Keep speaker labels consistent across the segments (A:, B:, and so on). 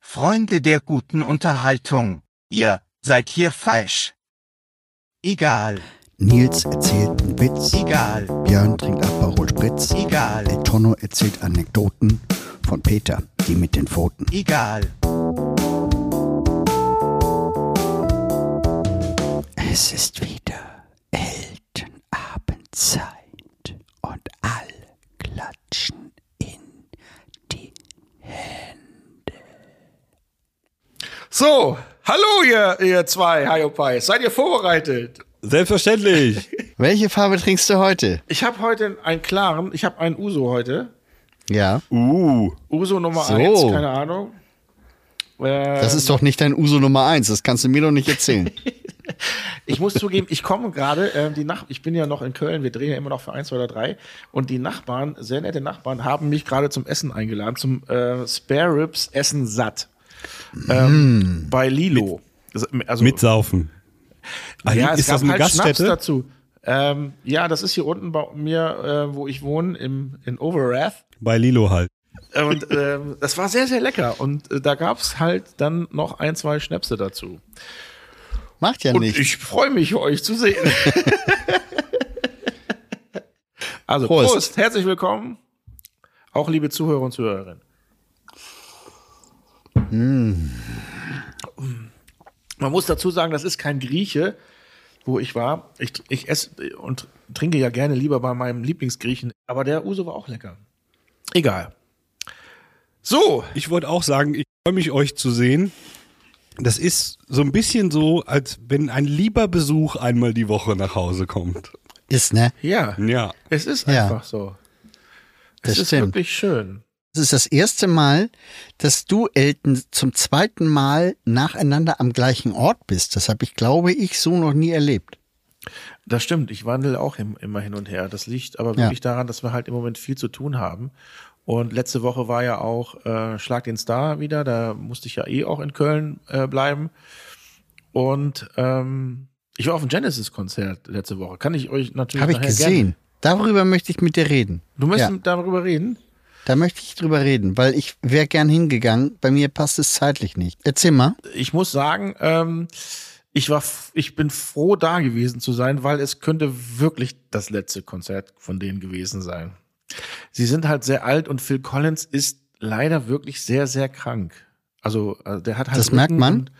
A: Freunde der guten Unterhaltung, ihr seid hier falsch. Egal,
B: Nils erzählt einen Witz,
A: egal,
B: Björn trinkt Aperol Spritz,
A: egal,
B: El Tonno erzählt Anekdoten von Peter, die mit den Pfoten.
A: egal.
B: Es ist wieder Eltenabendzeit und alle klatschen in die
C: So, hallo ihr, ihr zwei Hyopai. Seid ihr vorbereitet?
D: Selbstverständlich.
E: Welche Farbe trinkst du heute?
C: Ich habe heute einen klaren, ich habe einen Uso heute.
E: Ja.
D: Uh,
C: Uso Nummer
E: So.
C: 1, keine Ahnung. Äh,
E: Das ist doch nicht dein Uso Nummer eins. Das kannst du mir doch nicht erzählen.
C: ich muss zugeben, ich komme gerade, ähm, die Nach ich bin ja noch in Köln, wir drehen ja immer noch für eins oder drei. Und die Nachbarn, sehr nette Nachbarn, haben mich gerade zum Essen eingeladen, zum äh, Spare Ribs Essen satt. Ähm, Bei Lilo. Also, also-
D: mitsaufen. Ah,
C: ja, es
D: ist
C: gab
D: das eine
C: halt Schnaps
D: Gaststätte?
C: dazu. Ähm, ja, das ist hier unten bei mir, äh, wo ich wohne, im, in Overath.
D: Bei Lilo halt.
C: Und ähm, das war sehr, sehr lecker. Und äh, da gab's halt dann noch ein, zwei Schnäpse dazu.
E: Macht ja
C: Und
E: nichts.
C: ich freue mich, euch zu sehen. also, Prost.
E: Prost.
C: herzlich willkommen. Auch liebe Zuhörer und Zuhörerinnen.
E: Mm.
C: Man muss dazu sagen, das ist kein Grieche, wo ich war. Ich, ich esse und trinke ja gerne lieber bei meinem Lieblingsgriechen. Aber der Uso war auch lecker. Egal. So,
D: Ich wollte auch sagen, ich freue mich, euch zu sehen. Das ist so ein bisschen so, als wenn ein lieber Besuch einmal die Woche nach Hause kommt.
E: Ist, ne?
C: ja,
D: Ja.
C: es ist
E: Ja.
C: einfach so. Es
E: Das
C: ist
E: stimmt.
C: wirklich schön.
E: Das ist das erste Mal, dass du, Elton, zum zweiten Mal nacheinander am gleichen Ort bist. Das habe ich, glaube ich, so noch nie erlebt.
C: Das stimmt, ich wandle auch im, immer hin und her. Das liegt aber wirklich daran, dass wir halt im Moment viel zu tun haben. Und letzte Woche war ja auch äh, Schlag den Star wieder, da musste ich ja eh auch in Köln äh, bleiben. Und ähm, ich war auf dem Genesis-Konzert letzte Woche. Kann ich euch natürlich
E: Habe ich
C: nachher
E: gesehen. Darüber möchte ich mit dir reden.
C: Du möchtest
E: Ja.
C: darüber reden?
E: Da möchte ich drüber reden, weil ich wäre gern hingegangen. Bei mir passt es zeitlich nicht. Erzähl mal.
C: ich muss sagen, ähm, ich war, f- ich bin froh da gewesen zu sein, weil es könnte wirklich das letzte Konzert von denen gewesen sein. Sie sind halt sehr alt und Phil Collins ist leider wirklich sehr, sehr krank. Also äh, der hat halt
E: Das merkt man?
C: und-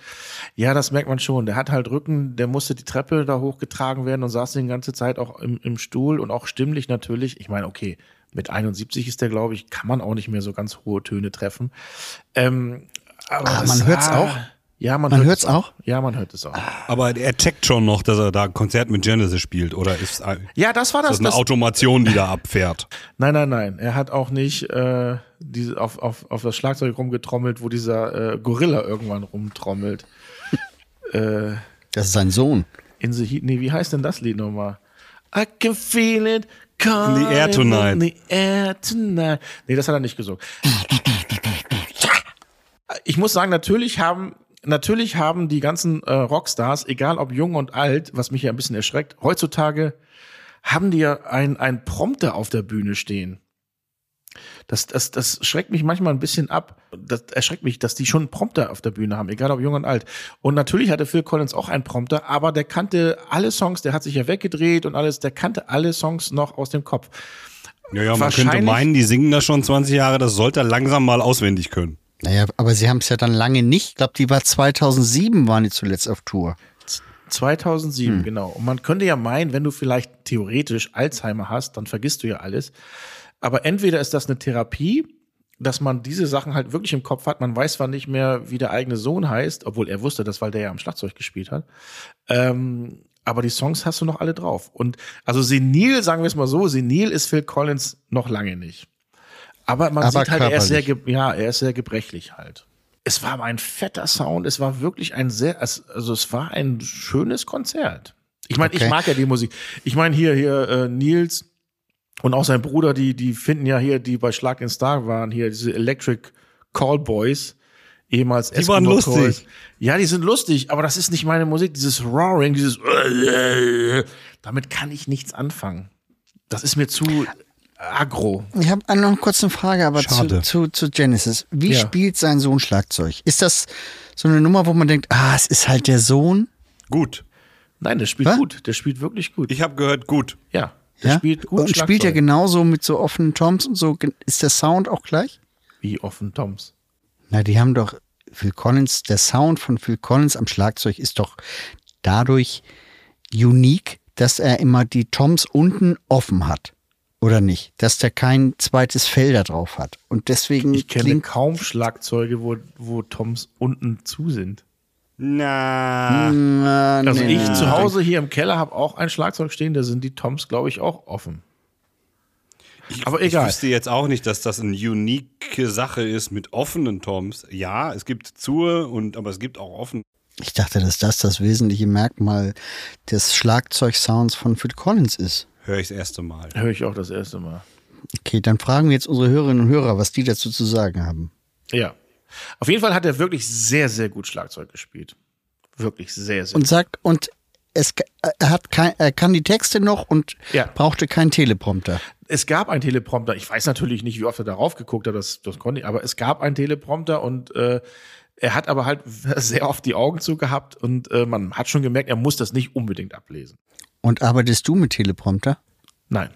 C: ja, das merkt man schon. Der hat halt Rücken, der musste die Treppe da hochgetragen werden und saß die ganze Zeit auch im, im Stuhl und auch stimmlich natürlich. Ich meine, okay, mit 71 ist der, glaube ich, kann man auch nicht mehr so ganz hohe Töne treffen. Ähm, aber
E: Ah,
C: es-
E: man hört's auch?
C: Ja, man,
E: Man
C: hört
E: hört's
C: es
E: auch? Ah.
C: Ja, man hört es auch.
D: Aber er checkt schon noch, dass er da ein Konzert mit Genesis spielt. Oder ist, ein,
C: Ja, das war
D: ist
C: das.
D: das eine
C: das-
D: Automation, die da abfährt?
C: Nein, nein, nein. Er hat auch nicht äh, diese, auf, auf, auf das Schlagzeug rumgetrommelt, wo dieser äh, Gorilla irgendwann rumtrommelt. äh,
E: Das ist sein Sohn.
C: in the Heat. Nee, wie heißt denn das Lied nochmal? I can feel it
D: In the air tonight.
C: In the air tonight. Nee, das hat er nicht gesungen. Ich muss sagen, natürlich haben, natürlich haben die ganzen äh, Rockstars, egal ob jung und alt, was mich ja ein bisschen erschreckt, heutzutage haben die ja ein, ein Prompter auf der Bühne stehen. Das, das, das schreckt mich manchmal ein bisschen ab. Das erschreckt mich, dass die schon einen Prompter auf der Bühne haben, egal ob jung und alt. Und natürlich hatte Phil Collins auch einen Prompter, aber der kannte alle Songs, der hat sich ja weggedreht und alles, der kannte alle Songs noch aus dem Kopf.
D: Ja, ja, man könnte
C: Wahrscheinlich-
D: meinen, die singen das schon 20 Jahre, das sollte er langsam mal auswendig können.
E: Naja, aber sie haben es ja dann lange nicht. Ich glaube, die war 2007, waren die zuletzt auf Tour.
C: 2007, genau. Und man könnte ja meinen, wenn du vielleicht theoretisch Alzheimer hast, dann vergisst du ja alles. Aber entweder ist das eine Therapie, dass man diese Sachen halt wirklich im Kopf hat. Man weiß zwar nicht mehr, wie der eigene Sohn heißt, obwohl er wusste das, weil der ja am Schlagzeug gespielt hat. Ähm, aber die Songs hast du noch alle drauf. Und also senil, sagen wir es mal so, senil ist Phil Collins noch lange nicht. Aber man
E: Aber
C: sieht halt, er ist, sehr,
E: körperlich.
C: ge- ja, er ist sehr gebrechlich halt. Es war aber ein fetter Sound, es war wirklich ein sehr, es- also es war ein schönes Konzert. Ich meine, ich
E: Okay.
C: mag ja die Musik. Ich meine, hier, hier, äh, Nils und auch sein Bruder, die, die finden ja hier, die bei Schlag in Star waren, hier, diese Electric Callboys, ehemals
D: Die waren
C: Eskimo
D: lustig.
C: Callboys. Ja, die sind lustig, aber das ist nicht meine Musik. Dieses Roaring, dieses, damit kann ich nichts anfangen. Das ist mir zu aggro.
E: Ich habe noch kurz eine Frage, aber zu,
D: Schade.
E: zu, zu Genesis. Wie
C: Ja.
E: spielt sein Sohn Schlagzeug? Ist das so eine Nummer, wo man denkt, ah, es ist halt der Sohn?
D: Gut.
C: Nein, der spielt
E: Was?
C: gut. Der spielt wirklich gut.
D: Ich habe gehört, gut.
C: ja, der
E: ja?
C: spielt gut.
E: Und spielt er
C: Schlagzeug.
E: genauso mit so offenen Toms und so? Gen- Ist der Sound auch gleich?
C: Wie offen Toms.
E: Na, die haben doch Phil Collins, der Sound von Phil Collins am Schlagzeug ist doch dadurch unique, dass er immer die Toms unten offen hat. Oder nicht? Dass der kein zweites Fell da drauf hat. Und deswegen
C: Ich kenne
E: Hm, klingt
C: kaum Schlagzeuge, wo, wo Toms unten zu sind.
D: Na.
E: Na,
C: Also
E: nee.
C: ich zu Hause hier im Keller habe auch ein Schlagzeug stehen, da sind die Toms, glaube ich, auch offen.
D: Ich,
C: Aber egal.
D: Ich wüsste jetzt auch nicht, dass das eine unique Sache ist mit offenen Toms. Ja, es gibt zu und aber es gibt auch offen.
E: Ich dachte, dass das das wesentliche Merkmal des Schlagzeugsounds von Phil Collins ist.
D: Höre ich das erste Mal.
C: Höre ich auch das erste Mal.
E: Okay, dann fragen wir jetzt unsere Hörerinnen und Hörer, was die dazu zu sagen haben.
C: Ja. Auf jeden Fall hat er wirklich sehr, sehr gut Schlagzeug gespielt. Wirklich sehr, sehr
E: Und sagt, und es, er, hat kein, er kann die Texte noch und
C: Ja.
E: brauchte keinen Teleprompter.
C: es gab einen Teleprompter. Ich weiß natürlich nicht, wie oft er darauf geguckt hat, das, das konnte ich, aber es gab einen Teleprompter und äh, er hat aber halt sehr oft die Augen zugehabt und äh, man hat schon gemerkt, er muss das nicht unbedingt ablesen.
E: Und arbeitest du mit Teleprompter?
C: Nein.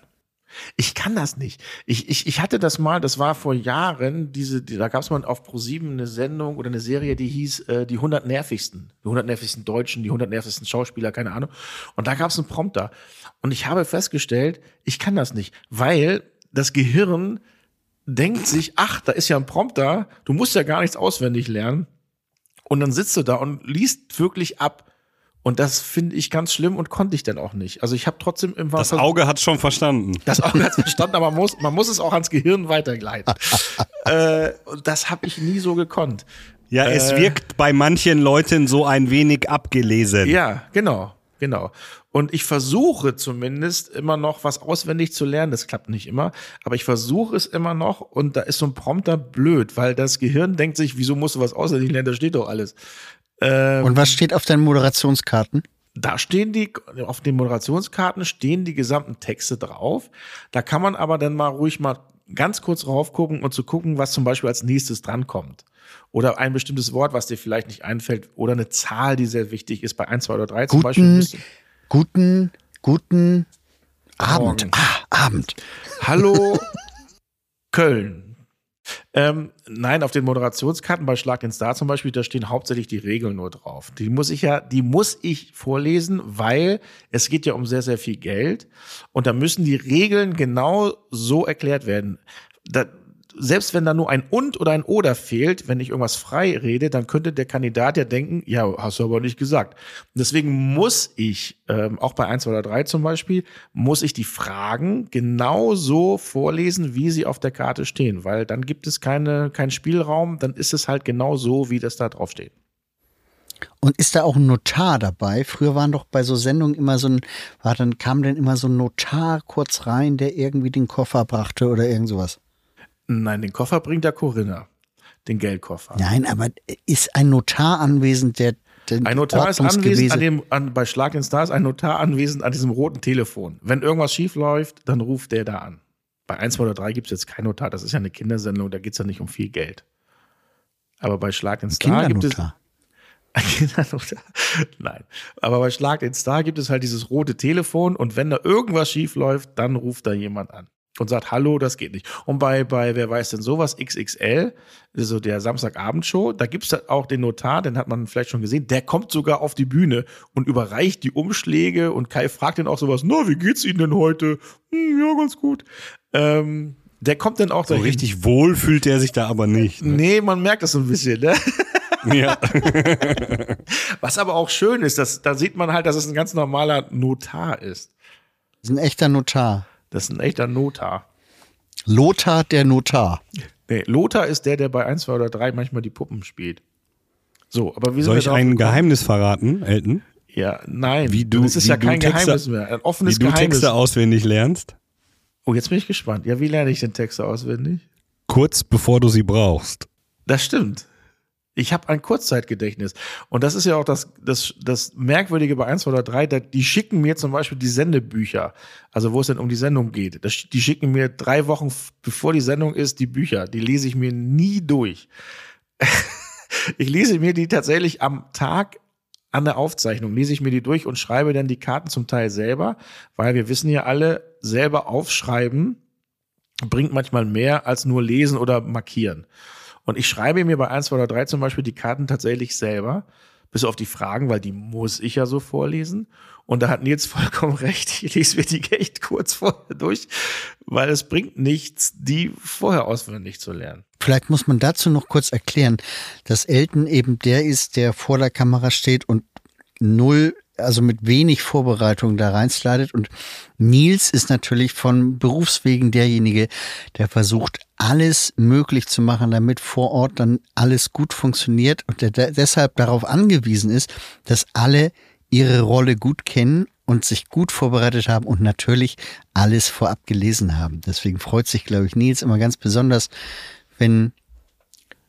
C: Ich kann das nicht. Ich, ich, ich hatte das mal, das war vor Jahren, diese, die, da gab es mal auf ProSieben eine Sendung oder eine Serie, die hieß äh, Die 100 Nervigsten. Die 100 Nervigsten Deutschen, die 100 Nervigsten Schauspieler, keine Ahnung. Und da gab es einen Prompter. Und ich habe festgestellt, ich kann das nicht, weil das Gehirn denkt sich, ach, da ist ja ein Prompter, du musst ja gar nichts auswendig lernen. Und dann sitzt du da und liest wirklich ab. Und das finde ich ganz schlimm und konnte ich dann auch nicht. Also ich habe trotzdem im
D: Das Auge hat schon verstanden.
C: das auch ganz verstanden, aber man muss, man muss es auch ans Gehirn weitergleiten. äh, und das habe ich nie so gekonnt.
D: Ja, es wirkt bei manchen Leuten so ein wenig abgelesen.
C: Ja, genau, genau. Und ich versuche zumindest immer noch was auswendig zu lernen. Das klappt nicht immer, aber ich versuche es immer noch und da ist so ein Prompter blöd, weil das Gehirn denkt sich, wieso musst du was auswendig lernen? Da steht doch alles. Äh, Ähm.
E: Und was steht auf deinen Moderationskarten?
C: Da stehen die, auf den Moderationskarten stehen die gesamten Texte drauf. Da kann man aber dann mal ruhig mal ganz kurz raufgucken und zu gucken, was zum Beispiel als nächstes drankommt. Oder ein bestimmtes Wort, was dir vielleicht nicht einfällt. Oder eine Zahl, die sehr wichtig ist. Bei 1, 2 oder 3 zum Beispiel.
E: Guten
C: musst du-
E: Guten, guten Abend. Ah, Abend.
C: Hallo Köln. Ähm, nein, auf den Moderationskarten bei Schlag den Star zum Beispiel, da stehen hauptsächlich die Regeln nur drauf. Die muss ich ja, die muss ich vorlesen, weil es geht ja um sehr, sehr viel Geld und da müssen die Regeln genau so erklärt werden. Da, selbst wenn da nur ein und oder ein oder fehlt, wenn ich irgendwas frei rede, dann könnte der Kandidat ja denken, ja, hast du aber nicht gesagt. Und deswegen muss ich, ähm, auch bei 1 oder 3 zum Beispiel, muss ich die Fragen genau so vorlesen, wie sie auf der Karte stehen, weil dann gibt es keine, keinen Spielraum, dann ist es halt genau so, wie das da drauf steht.
E: Und ist da auch ein Notar dabei? Früher waren doch bei so Sendungen immer so ein, war dann kam dann immer so ein Notar kurz rein, der irgendwie den Koffer brachte oder irgend sowas.
C: Nein, den Koffer bringt der Corinna. Den Geldkoffer.
E: Nein, aber ist ein Notar anwesend, der den
C: Ein Notar ist
E: Ordnungsgewese-
C: anwesend an dem, an, bei Schlag den Star ist ein Notar anwesend an diesem roten Telefon. Wenn irgendwas schief läuft, dann ruft der da an. Bei 1, 2 oder 3 gibt es jetzt keinen Notar, das ist ja eine Kindersendung, da geht es ja nicht um viel Geld. Aber bei Schlag den Star Ah, gibt es.
E: Kindernotar.
C: Ein Kindernotar? Nein. Aber bei Schlag den Star gibt es halt dieses rote Telefon und wenn da irgendwas schief läuft, dann ruft da jemand an und sagt, hallo, das geht nicht. Und bei, bei wer weiß denn sowas, XXL, also der Samstagabendshow, da gibt's halt auch den Notar, den hat man vielleicht schon gesehen, der kommt sogar auf die Bühne und überreicht die Umschläge und Kai fragt ihn auch sowas, na, wie geht's Ihnen denn heute? Hm, ja, ganz gut. Ähm, der kommt dann auch
D: So
C: dahin.
D: richtig wohl fühlt er sich da aber nicht. Ne?
C: Nee, man merkt das so ein bisschen, ne?
D: ja.
C: Was aber auch schön ist, dass, da sieht man halt, dass es ein ganz normaler Notar ist.
E: Das ist ein echter Notar.
C: Das ist ein echter Notar.
E: Lothar der Notar.
C: Nee, Lothar ist der, der bei 1, 2 oder 3 manchmal die Puppen spielt. So, aber wie sind
D: Soll
C: wir
D: ich
C: drauf
D: ein
C: gekommen?
D: Geheimnis verraten, Elton?
C: Ja, nein.
D: Wie du-
C: das ist
D: wie
C: ja
D: du
C: kein
D: Texte-
C: Geheimnis mehr. Ein
D: Wie
C: offenes
D: du
C: Geheimnis.
D: Texte auswendig lernst,
C: Oh, jetzt bin ich gespannt. Ja, wie lerne ich den Texte auswendig?
D: kurz bevor du sie brauchst.
C: Das stimmt. Ich habe ein Kurzzeitgedächtnis. Und das ist ja auch das, das, das Merkwürdige bei 1, 2, 3, da, die schicken mir zum Beispiel die Sendebücher, also wo es denn um die Sendung geht. Das, die schicken mir drei Wochen, f- bevor die Sendung ist, die Bücher. Die lese ich mir nie durch. ich lese mir die tatsächlich am Tag an der Aufzeichnung, lese ich mir die durch und schreibe dann die Karten zum Teil selber, weil wir wissen ja alle, selber aufschreiben bringt manchmal mehr als nur lesen oder markieren. Und ich schreibe mir bei 1, 2 oder 3 zum Beispiel die Karten tatsächlich selber, bis auf die Fragen, weil die muss ich ja so vorlesen. Und da hat Nils vollkommen recht, ich lese mir die echt kurz vorher durch, weil es bringt nichts, die vorher auswendig zu lernen.
E: Vielleicht muss man dazu noch kurz erklären, dass Elton eben der ist, der vor der Kamera steht und null, also mit wenig Vorbereitung da reinslidet. Und Nils ist natürlich von Berufswegen derjenige, der versucht, alles möglich zu machen, damit vor Ort dann alles gut funktioniert und der de- deshalb darauf angewiesen ist, dass alle ihre Rolle gut kennen und sich gut vorbereitet haben und natürlich alles vorab gelesen haben. Deswegen freut sich, glaube ich, Nils immer ganz besonders, wenn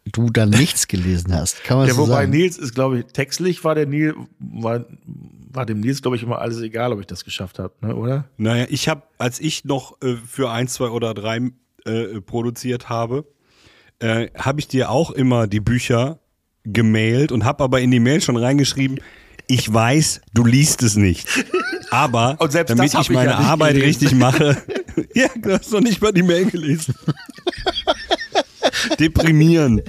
E: du dann nichts gelesen hast. Kann man
C: Ja,
E: so
C: wobei
E: sagen.
C: Nils ist, glaube ich, textlich war der Nils, war, war dem Nils, glaube ich, immer alles egal, ob ich das geschafft habe, ne, oder?
D: Naja, ich habe, als ich noch äh, für ein, zwei oder drei äh, produziert habe, äh, habe ich dir auch immer die Bücher gemailt und habe aber in die Mail schon reingeschrieben, ich weiß, du liest es nicht. Aber
C: Und selbst
D: damit
C: das hab
D: ich
C: ich
D: meine
C: ja nicht
D: Arbeit
C: gelesen.
D: richtig mache, ja, du hast noch nicht mal die Mail gelesen. deprimierend.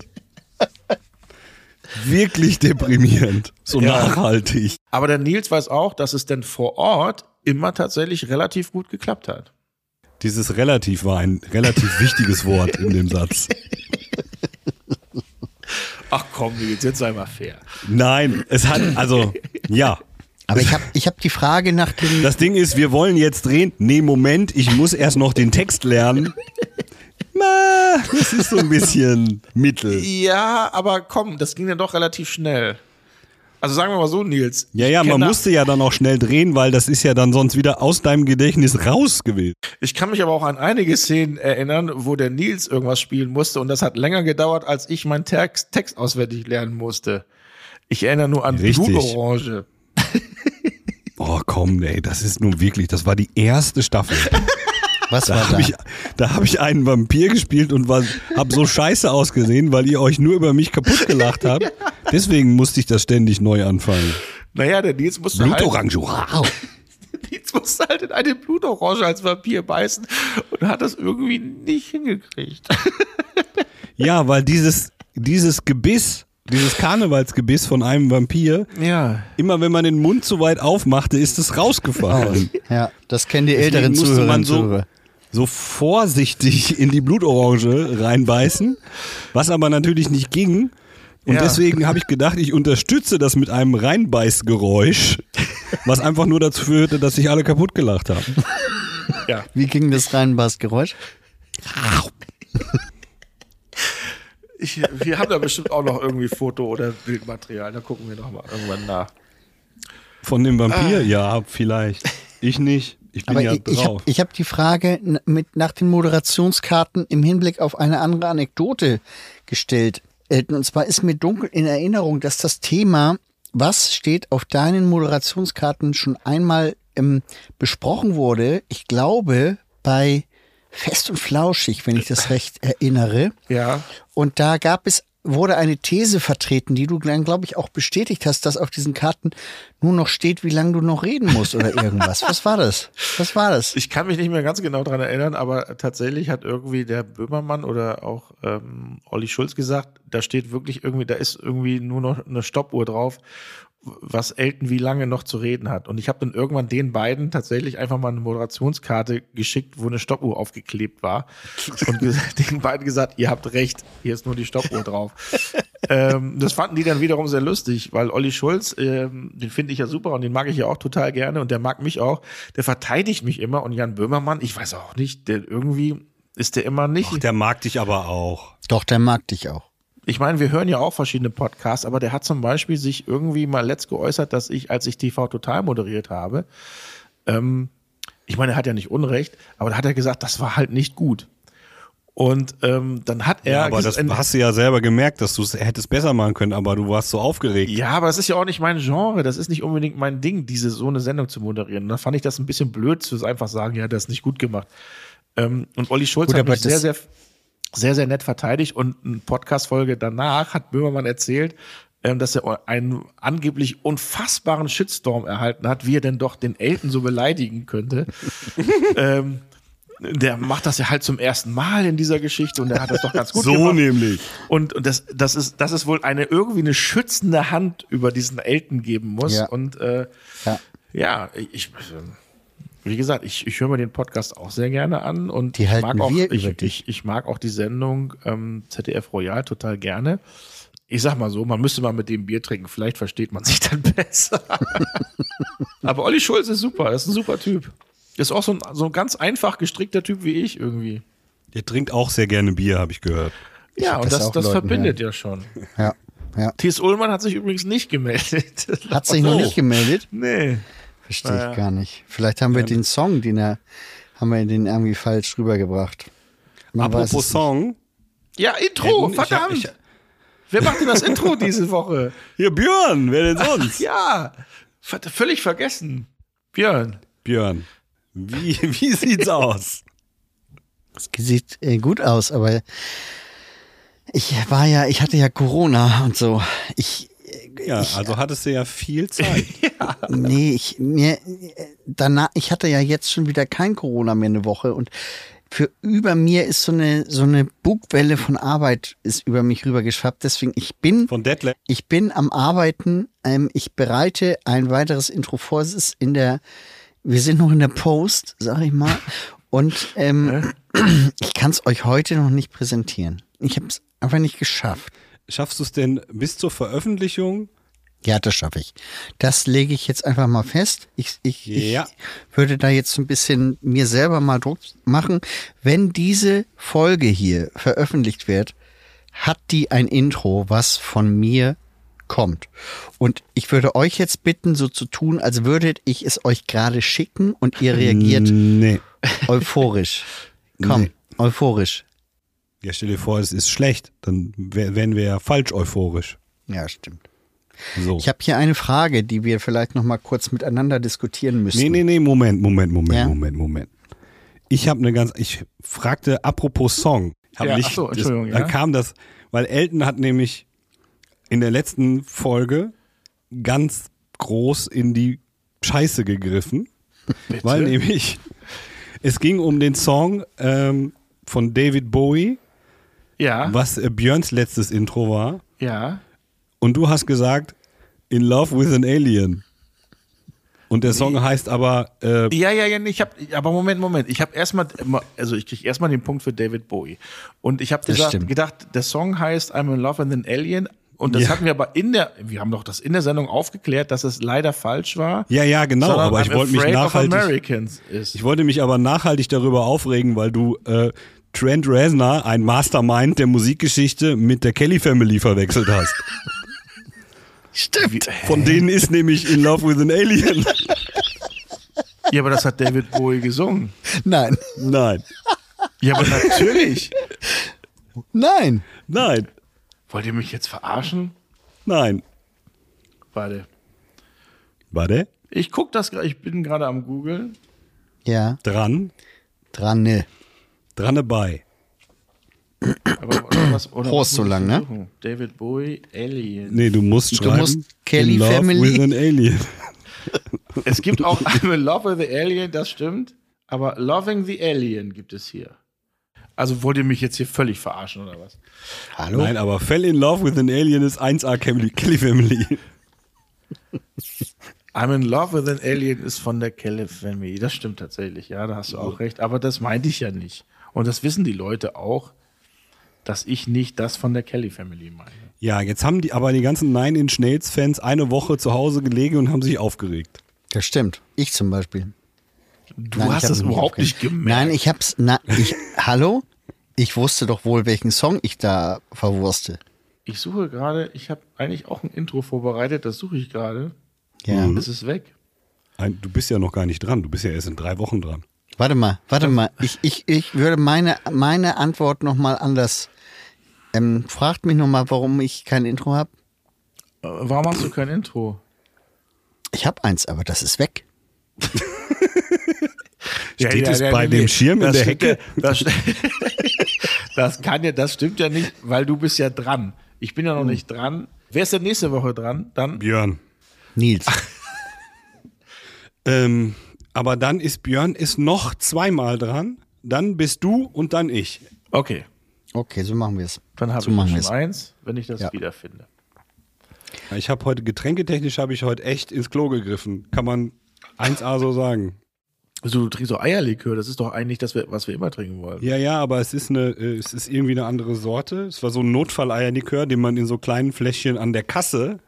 D: Wirklich deprimierend. So
C: Ja.
D: nachhaltig.
C: Aber der Nils weiß auch, dass es denn vor Ort immer tatsächlich relativ gut geklappt hat.
D: Dieses relativ war ein relativ wichtiges Wort in dem Satz.
C: Ach komm, Nils, jetzt sei mal fair.
D: Nein, es hat, also, ja.
E: Aber ich habe ich hab die Frage nach dem,
D: Das Ding ist, wir wollen jetzt drehen. Nee, Moment, ich muss erst noch den Text lernen. Na, das ist so ein bisschen Mittel.
C: Ja, aber komm, das ging dann doch relativ schnell. Also sagen wir mal so, Nils.
D: Ja, ja,
C: ich
D: man
C: kenne-
D: musste ja dann auch schnell drehen, weil das ist ja dann sonst wieder aus deinem Gedächtnis raus gewesen.
C: Ich kann mich aber auch an einige Szenen erinnern, wo der Nils irgendwas spielen musste und das hat länger gedauert, als ich meinen Text, Text auswendig lernen musste. Ich erinnere nur an
D: Richtig.
C: Blutorange.
D: Oh komm, ey, das ist nun wirklich, das war die erste Staffel.
E: was war
D: Da
E: da?
D: habe ich, da hab ich einen Vampir gespielt und war, hab so scheiße ausgesehen, weil ihr euch nur über mich kaputt gelacht habt. Deswegen musste ich das ständig neu anfangen.
C: Naja, der Nils musste halt,
D: Blutorange, wow.
C: Nils musste halt in eine Blutorange als Vampir beißen und hat das irgendwie nicht hingekriegt.
D: Ja, weil dieses, dieses Gebiss, dieses Karnevalsgebiss von einem Vampir,
C: Ja.
D: immer wenn man den Mund zu weit aufmachte, ist es rausgefahren.
E: ja, das kennen die
D: Deswegen
E: älteren
D: musste
E: Zuhörerinnen
D: man
E: und Zuhörer.
D: so vorsichtig in die Blutorange reinbeißen, was aber natürlich nicht ging. Und
C: Ja.
D: deswegen habe ich gedacht, ich unterstütze das mit einem Reinbeißgeräusch, was einfach nur dazu führte, dass sich alle kaputt gelacht haben.
E: Wie ging das Reinbassgeräusch?
C: Ich, wir haben da bestimmt auch noch irgendwie Foto oder Bildmaterial. Da gucken wir noch mal irgendwann nach.
D: Von dem Vampir, ja, vielleicht. Ich nicht. Ich bin
E: Ah. Aber
D: ja
E: ich, ich habe
D: drauf.
E: ich hab die Frage n- mit nach den Moderationskarten im Hinblick auf eine andere Anekdote gestellt, Elton. Und zwar ist mir dunkel in Erinnerung, dass das Thema, was steht auf deinen Moderationskarten, schon einmal ähm, besprochen wurde. Ich glaube, bei Fest und Flauschig, wenn ich das recht erinnere.
C: Ja.
E: Und da gab es, wurde eine These vertreten, die du dann, glaube ich, auch bestätigt hast, dass auf diesen Karten nur noch steht, wie lange du noch reden musst oder irgendwas. Was war das? Was war das?
C: Ich kann mich nicht mehr ganz genau dran erinnern, aber tatsächlich hat irgendwie der Böhmermann oder auch ähm, Olli Schulz gesagt, da steht wirklich irgendwie, da ist irgendwie nur noch eine Stoppuhr drauf, was Elton wie lange noch zu reden hat. Und ich habe dann irgendwann den beiden tatsächlich einfach mal eine Moderationskarte geschickt, wo eine Stoppuhr aufgeklebt war. Und ges- den beiden gesagt, ihr habt recht, hier ist nur die Stoppuhr drauf. ähm, das fanden die dann wiederum sehr lustig, weil Olli Schulz, ähm, den finde ich ja super und den mag ich ja auch total gerne und der mag mich auch. Der verteidigt mich immer und Jan Böhmermann, ich weiß auch nicht, der irgendwie ist der immer nicht.
D: Ach, der mag dich aber auch.
E: Doch, der mag dich auch.
C: Ich meine, wir hören ja auch verschiedene Podcasts, aber der hat zum Beispiel sich irgendwie mal letzt geäußert, dass ich, als ich TV Total moderiert habe, ähm, ich meine, er hat ja nicht Unrecht, aber da hat er gesagt, das war halt nicht gut. Und ähm, dann hat er.
D: Ja, aber das
C: ges- ein-
D: hast du ja selber gemerkt, dass du es hättest besser machen können, aber du warst so aufgeregt.
C: ja, aber das ist ja auch nicht mein Genre. Das ist nicht unbedingt mein Ding, diese so eine Sendung zu moderieren. Und da fand ich das ein bisschen blöd, zu einfach sagen, ja, das ist nicht gut gemacht. Ähm, und Olli Schulz
E: Gut,
C: hat
E: aber
C: mich sehr,
E: das-
C: sehr, sehr, sehr nett verteidigt. Und eine Podcast-Folge danach hat Böhmermann erzählt, ähm, dass er einen angeblich unfassbaren Shitstorm erhalten hat, wie er denn doch den Elten so beleidigen könnte. ähm, der macht das ja halt zum ersten Mal in dieser Geschichte und er hat das doch ganz gut
D: So
C: gemacht.
D: nämlich.
C: Und, und das, das, ist, das ist wohl eine irgendwie eine schützende Hand über diesen Elten geben muss.
E: Ja.
C: Und äh, ja.
E: Ja.
C: ich, wie gesagt, ich, ich höre mir den Podcast auch sehr gerne an und
E: Die
C: ich
E: halten
C: mag auch,
E: wir
C: ich,
E: über dich.
C: Ich, ich mag auch die Sendung ähm, ZDF Royal total gerne. Ich sag mal so, man müsste mal mit dem Bier trinken, vielleicht versteht man sich dann besser. Aber Olli Schulz ist super, ist ein super Typ. Ist auch so ein, so ein ganz einfach gestrickter Typ wie ich irgendwie.
D: Der trinkt auch sehr gerne Bier, habe ich gehört.
C: Ja,
E: hab
C: und
E: das
C: das,
E: auch
C: das
E: Leuten,
C: verbindet ja schon.
E: Ja, ja.
C: T.S. Ullmann hat sich übrigens nicht gemeldet. Oh.
E: Hat sich noch nicht gemeldet?
C: Nee.
E: Verstehe ich gar nicht. Vielleicht haben wir den Song, den er, haben wir den irgendwie falsch rübergebracht. Man weiß
D: Apropos
E: es nicht.
D: Song.
C: Ja, Intro,
D: Ich hab-
C: verdammt.
D: ich-
C: Wer macht denn das Intro diese Woche?
D: Hier, Björn, wer denn sonst?
C: Ja, ver völlig vergessen. Björn.
D: Björn, wie, wie sieht's aus?
E: Es sieht äh, gut aus, aber ich war ja, ich hatte ja Corona und so. Ich,
D: Ja, also hattest du ja viel Zeit.
E: nee, ich, mir, danach, ich hatte ja jetzt schon wieder kein Corona mehr eine Woche und für über mir ist so eine, so eine Bugwelle von Arbeit ist über mich rübergeschwappt. Deswegen, ich bin
D: Von Detlef.
E: Ich bin am Arbeiten. Ähm, ich bereite ein weiteres Intro vor. Es ist in der, wir sind noch in der Post, sag ich mal. Und ähm, ich kann es euch heute noch nicht präsentieren. Ich habe es einfach nicht geschafft.
D: Schaffst du es denn bis zur Veröffentlichung?
E: Ja, das schaffe ich. Das lege ich jetzt einfach mal fest. Ich, ich,
D: Ja.
E: ich würde da jetzt ein bisschen mir selber mal Druck machen. Wenn diese Folge hier veröffentlicht wird, hat die ein Intro, was von mir kommt. Und ich würde euch jetzt bitten, so zu tun, als würdet ich es euch gerade schicken und ihr reagiert
D: Nee.
E: euphorisch. Komm,
D: Hm. Nee.
E: euphorisch.
D: Ja, stell dir vor, es ist schlecht. Dann wär, wären wir ja falsch euphorisch.
E: Ja, stimmt.
D: So.
E: Ich habe hier eine Frage, die wir vielleicht noch mal kurz miteinander diskutieren müssen.
D: nee, nee, nee, Moment, Moment, Moment,
E: Ja?
D: Moment, Moment. Ich habe eine ganz, ich fragte apropos Song. Hab
C: Ja,
D: nicht,
C: ach so,
D: das-
C: Entschuldigung,
D: Dann
C: ja.
D: kam das, weil Elton hat nämlich in der letzten Folge ganz groß in die Scheiße gegriffen, weil nämlich es ging um den Song ähm, von David Bowie,
C: Ja,
D: was äh, Björns letztes Intro war.
C: ja.
D: Und du hast gesagt, In Love with an Alien. Und der Song heißt aber äh,
C: Ja, ja, ja, nee, ich habe aber Moment, Moment, ich habe erstmal also ich krieg erstmal den Punkt für David Bowie und ich habe gesagt,
E: stimmt.
C: gedacht, der Song heißt I'm in Love and an Alien und das
D: Ja.
C: hatten wir aber in der wir haben doch das in der Sendung aufgeklärt, dass es leider falsch war.
D: Ja, ja, genau,
C: sondern
D: aber ich
C: I'm
D: wollte mich
C: afraid of
D: nachhaltig-
C: Americans ist.
D: Ich wollte mich aber nachhaltig darüber aufregen, weil du äh, Trent Reznor, ein Mastermind der Musikgeschichte, mit der Kelly Family verwechselt hast.
C: Stimmt.
D: Von denen ist nämlich In Love with an Alien.
C: Ja, aber das hat David Bowie gesungen.
E: Nein,
D: Nein,
C: Ja, aber natürlich.
E: nein.
D: nein,
C: Wollt ihr mich jetzt verarschen?
D: nein.
C: Warte.
D: Warte,
C: Ich guck das gerade, ich bin gerade am Google.
E: Ja,
D: dran,
E: dran, ne.
D: dran dabei.
C: Aber oder was, oder
E: Prost
C: was
E: so
C: muss ich
E: lang, ne?
C: suchen? David Bowie, Alien.
D: Nee, du musst schreiben.
E: musst Kelly
D: in Love
E: Family.
D: with an Alien.
C: Es gibt auch I'm in Love with the Alien, das stimmt. Aber Loving the Alien gibt es hier. Also wollt ihr mich jetzt hier völlig verarschen oder was?
E: Hallo?
D: Nein, aber Fell in Love with an Alien ist 1A Kelly, Kelly Family.
C: I'm in Love with an Alien ist von der Kelly Family. Das stimmt tatsächlich, ja, da hast du auch recht. Aber das meinte ich ja nicht. Und das wissen die Leute auch, dass ich nicht das von der Kelly Family meine.
D: Ja, jetzt haben die aber die ganzen Nine Inch Nails Fans eine Woche zu Hause gelegen und haben sich aufgeregt.
E: Das stimmt. Ich zum Beispiel.
C: Du
E: Nein, ich
C: hast
E: hab
C: das
E: mich
C: überhaupt
E: aufgeregt.
C: nicht gemerkt.
E: Nein, ich hab's. Na, ich, hallo? Ich wusste doch wohl, welchen Song ich da verwurste.
C: Ich suche gerade, ich habe eigentlich auch ein Intro vorbereitet, das suche ich gerade. Mhm.
E: Ja.
C: Es ist weg.
D: Ein- Du bist ja noch gar nicht dran, du bist ja erst in drei Wochen dran.
E: Warte mal, warte mal. Ich, ich, ich würde meine, meine Antwort nochmal anders. Ähm, fragt mich nochmal, warum ich kein Intro habe.
C: Äh, Warum hast du kein Intro?
E: Ich habe eins, aber das ist weg.
D: Steht es bei dem Schirm in
C: das
D: der
C: stimmt
D: Hecke?
C: Ja, das, das kann ja, das stimmt ja nicht, weil du bist ja dran. Ich bin ja noch nicht dran. Wer ist denn nächste Woche dran? Dann
D: Björn.
E: Nils.
D: Ähm, aber dann ist Björn ist noch zweimal dran. Dann bist du und dann ich.
C: okay.
E: Okay, so machen wir es.
C: Dann habe
E: so
C: ich
E: machen
C: schon
E: wir's.
C: eins, wenn ich das
E: Ja.
C: wiederfinde.
D: Ich habe heute getränketechnisch habe ich heute echt ins Klo gegriffen. Kann man 1A so sagen.
C: Also du trinkst so Eierlikör, das ist doch eigentlich das, was wir immer trinken wollen.
D: Ja, ja, aber es ist eine, äh, es ist irgendwie eine andere Sorte. Es war so ein Notfalleierlikör, den man in so kleinen Fläschchen an der Kasse,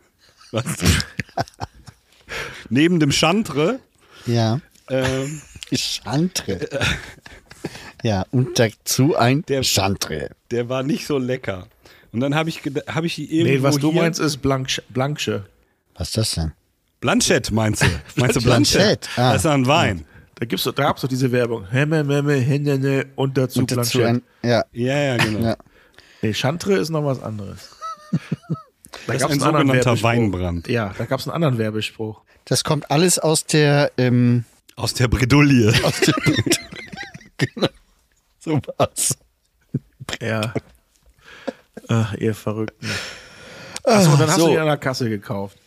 D: was, neben dem Chantre,
E: Ja.
D: ähm,
E: Chantre. ja, und dazu ein
D: Der-
E: Chantre.
D: der war nicht so lecker. Und dann habe ich, ged- habe ich die irgendwo
C: Nee, was du
D: hier,
C: meinst, ist Blanksche. Blanksche.
E: Was ist das denn?
D: Blanchett meinst du? Meinst du Blanchett?
E: Blanchett, ah.
D: Das ist ein Wein.
C: Da, gibt's, doch- da gab's doch diese Werbung. Hemme, Memme, Hennene und dazu
E: Und dazu
C: Blanchett.
E: ein, ja,
D: Ja, ja, genau.
E: Ja.
C: Nee, Chantre ist noch was anderes. Da
D: ist ein sogenannter Weinbrand.
C: Ja, da gab es einen anderen Werbespruch.
E: das kommt alles aus der, ähm,
D: Aus der Bredouille.
E: aus der genau. So was.
C: Ja. Ach, ihr Verrückten. Achso, dann hast
D: so.
C: du ihn an der Kasse gekauft.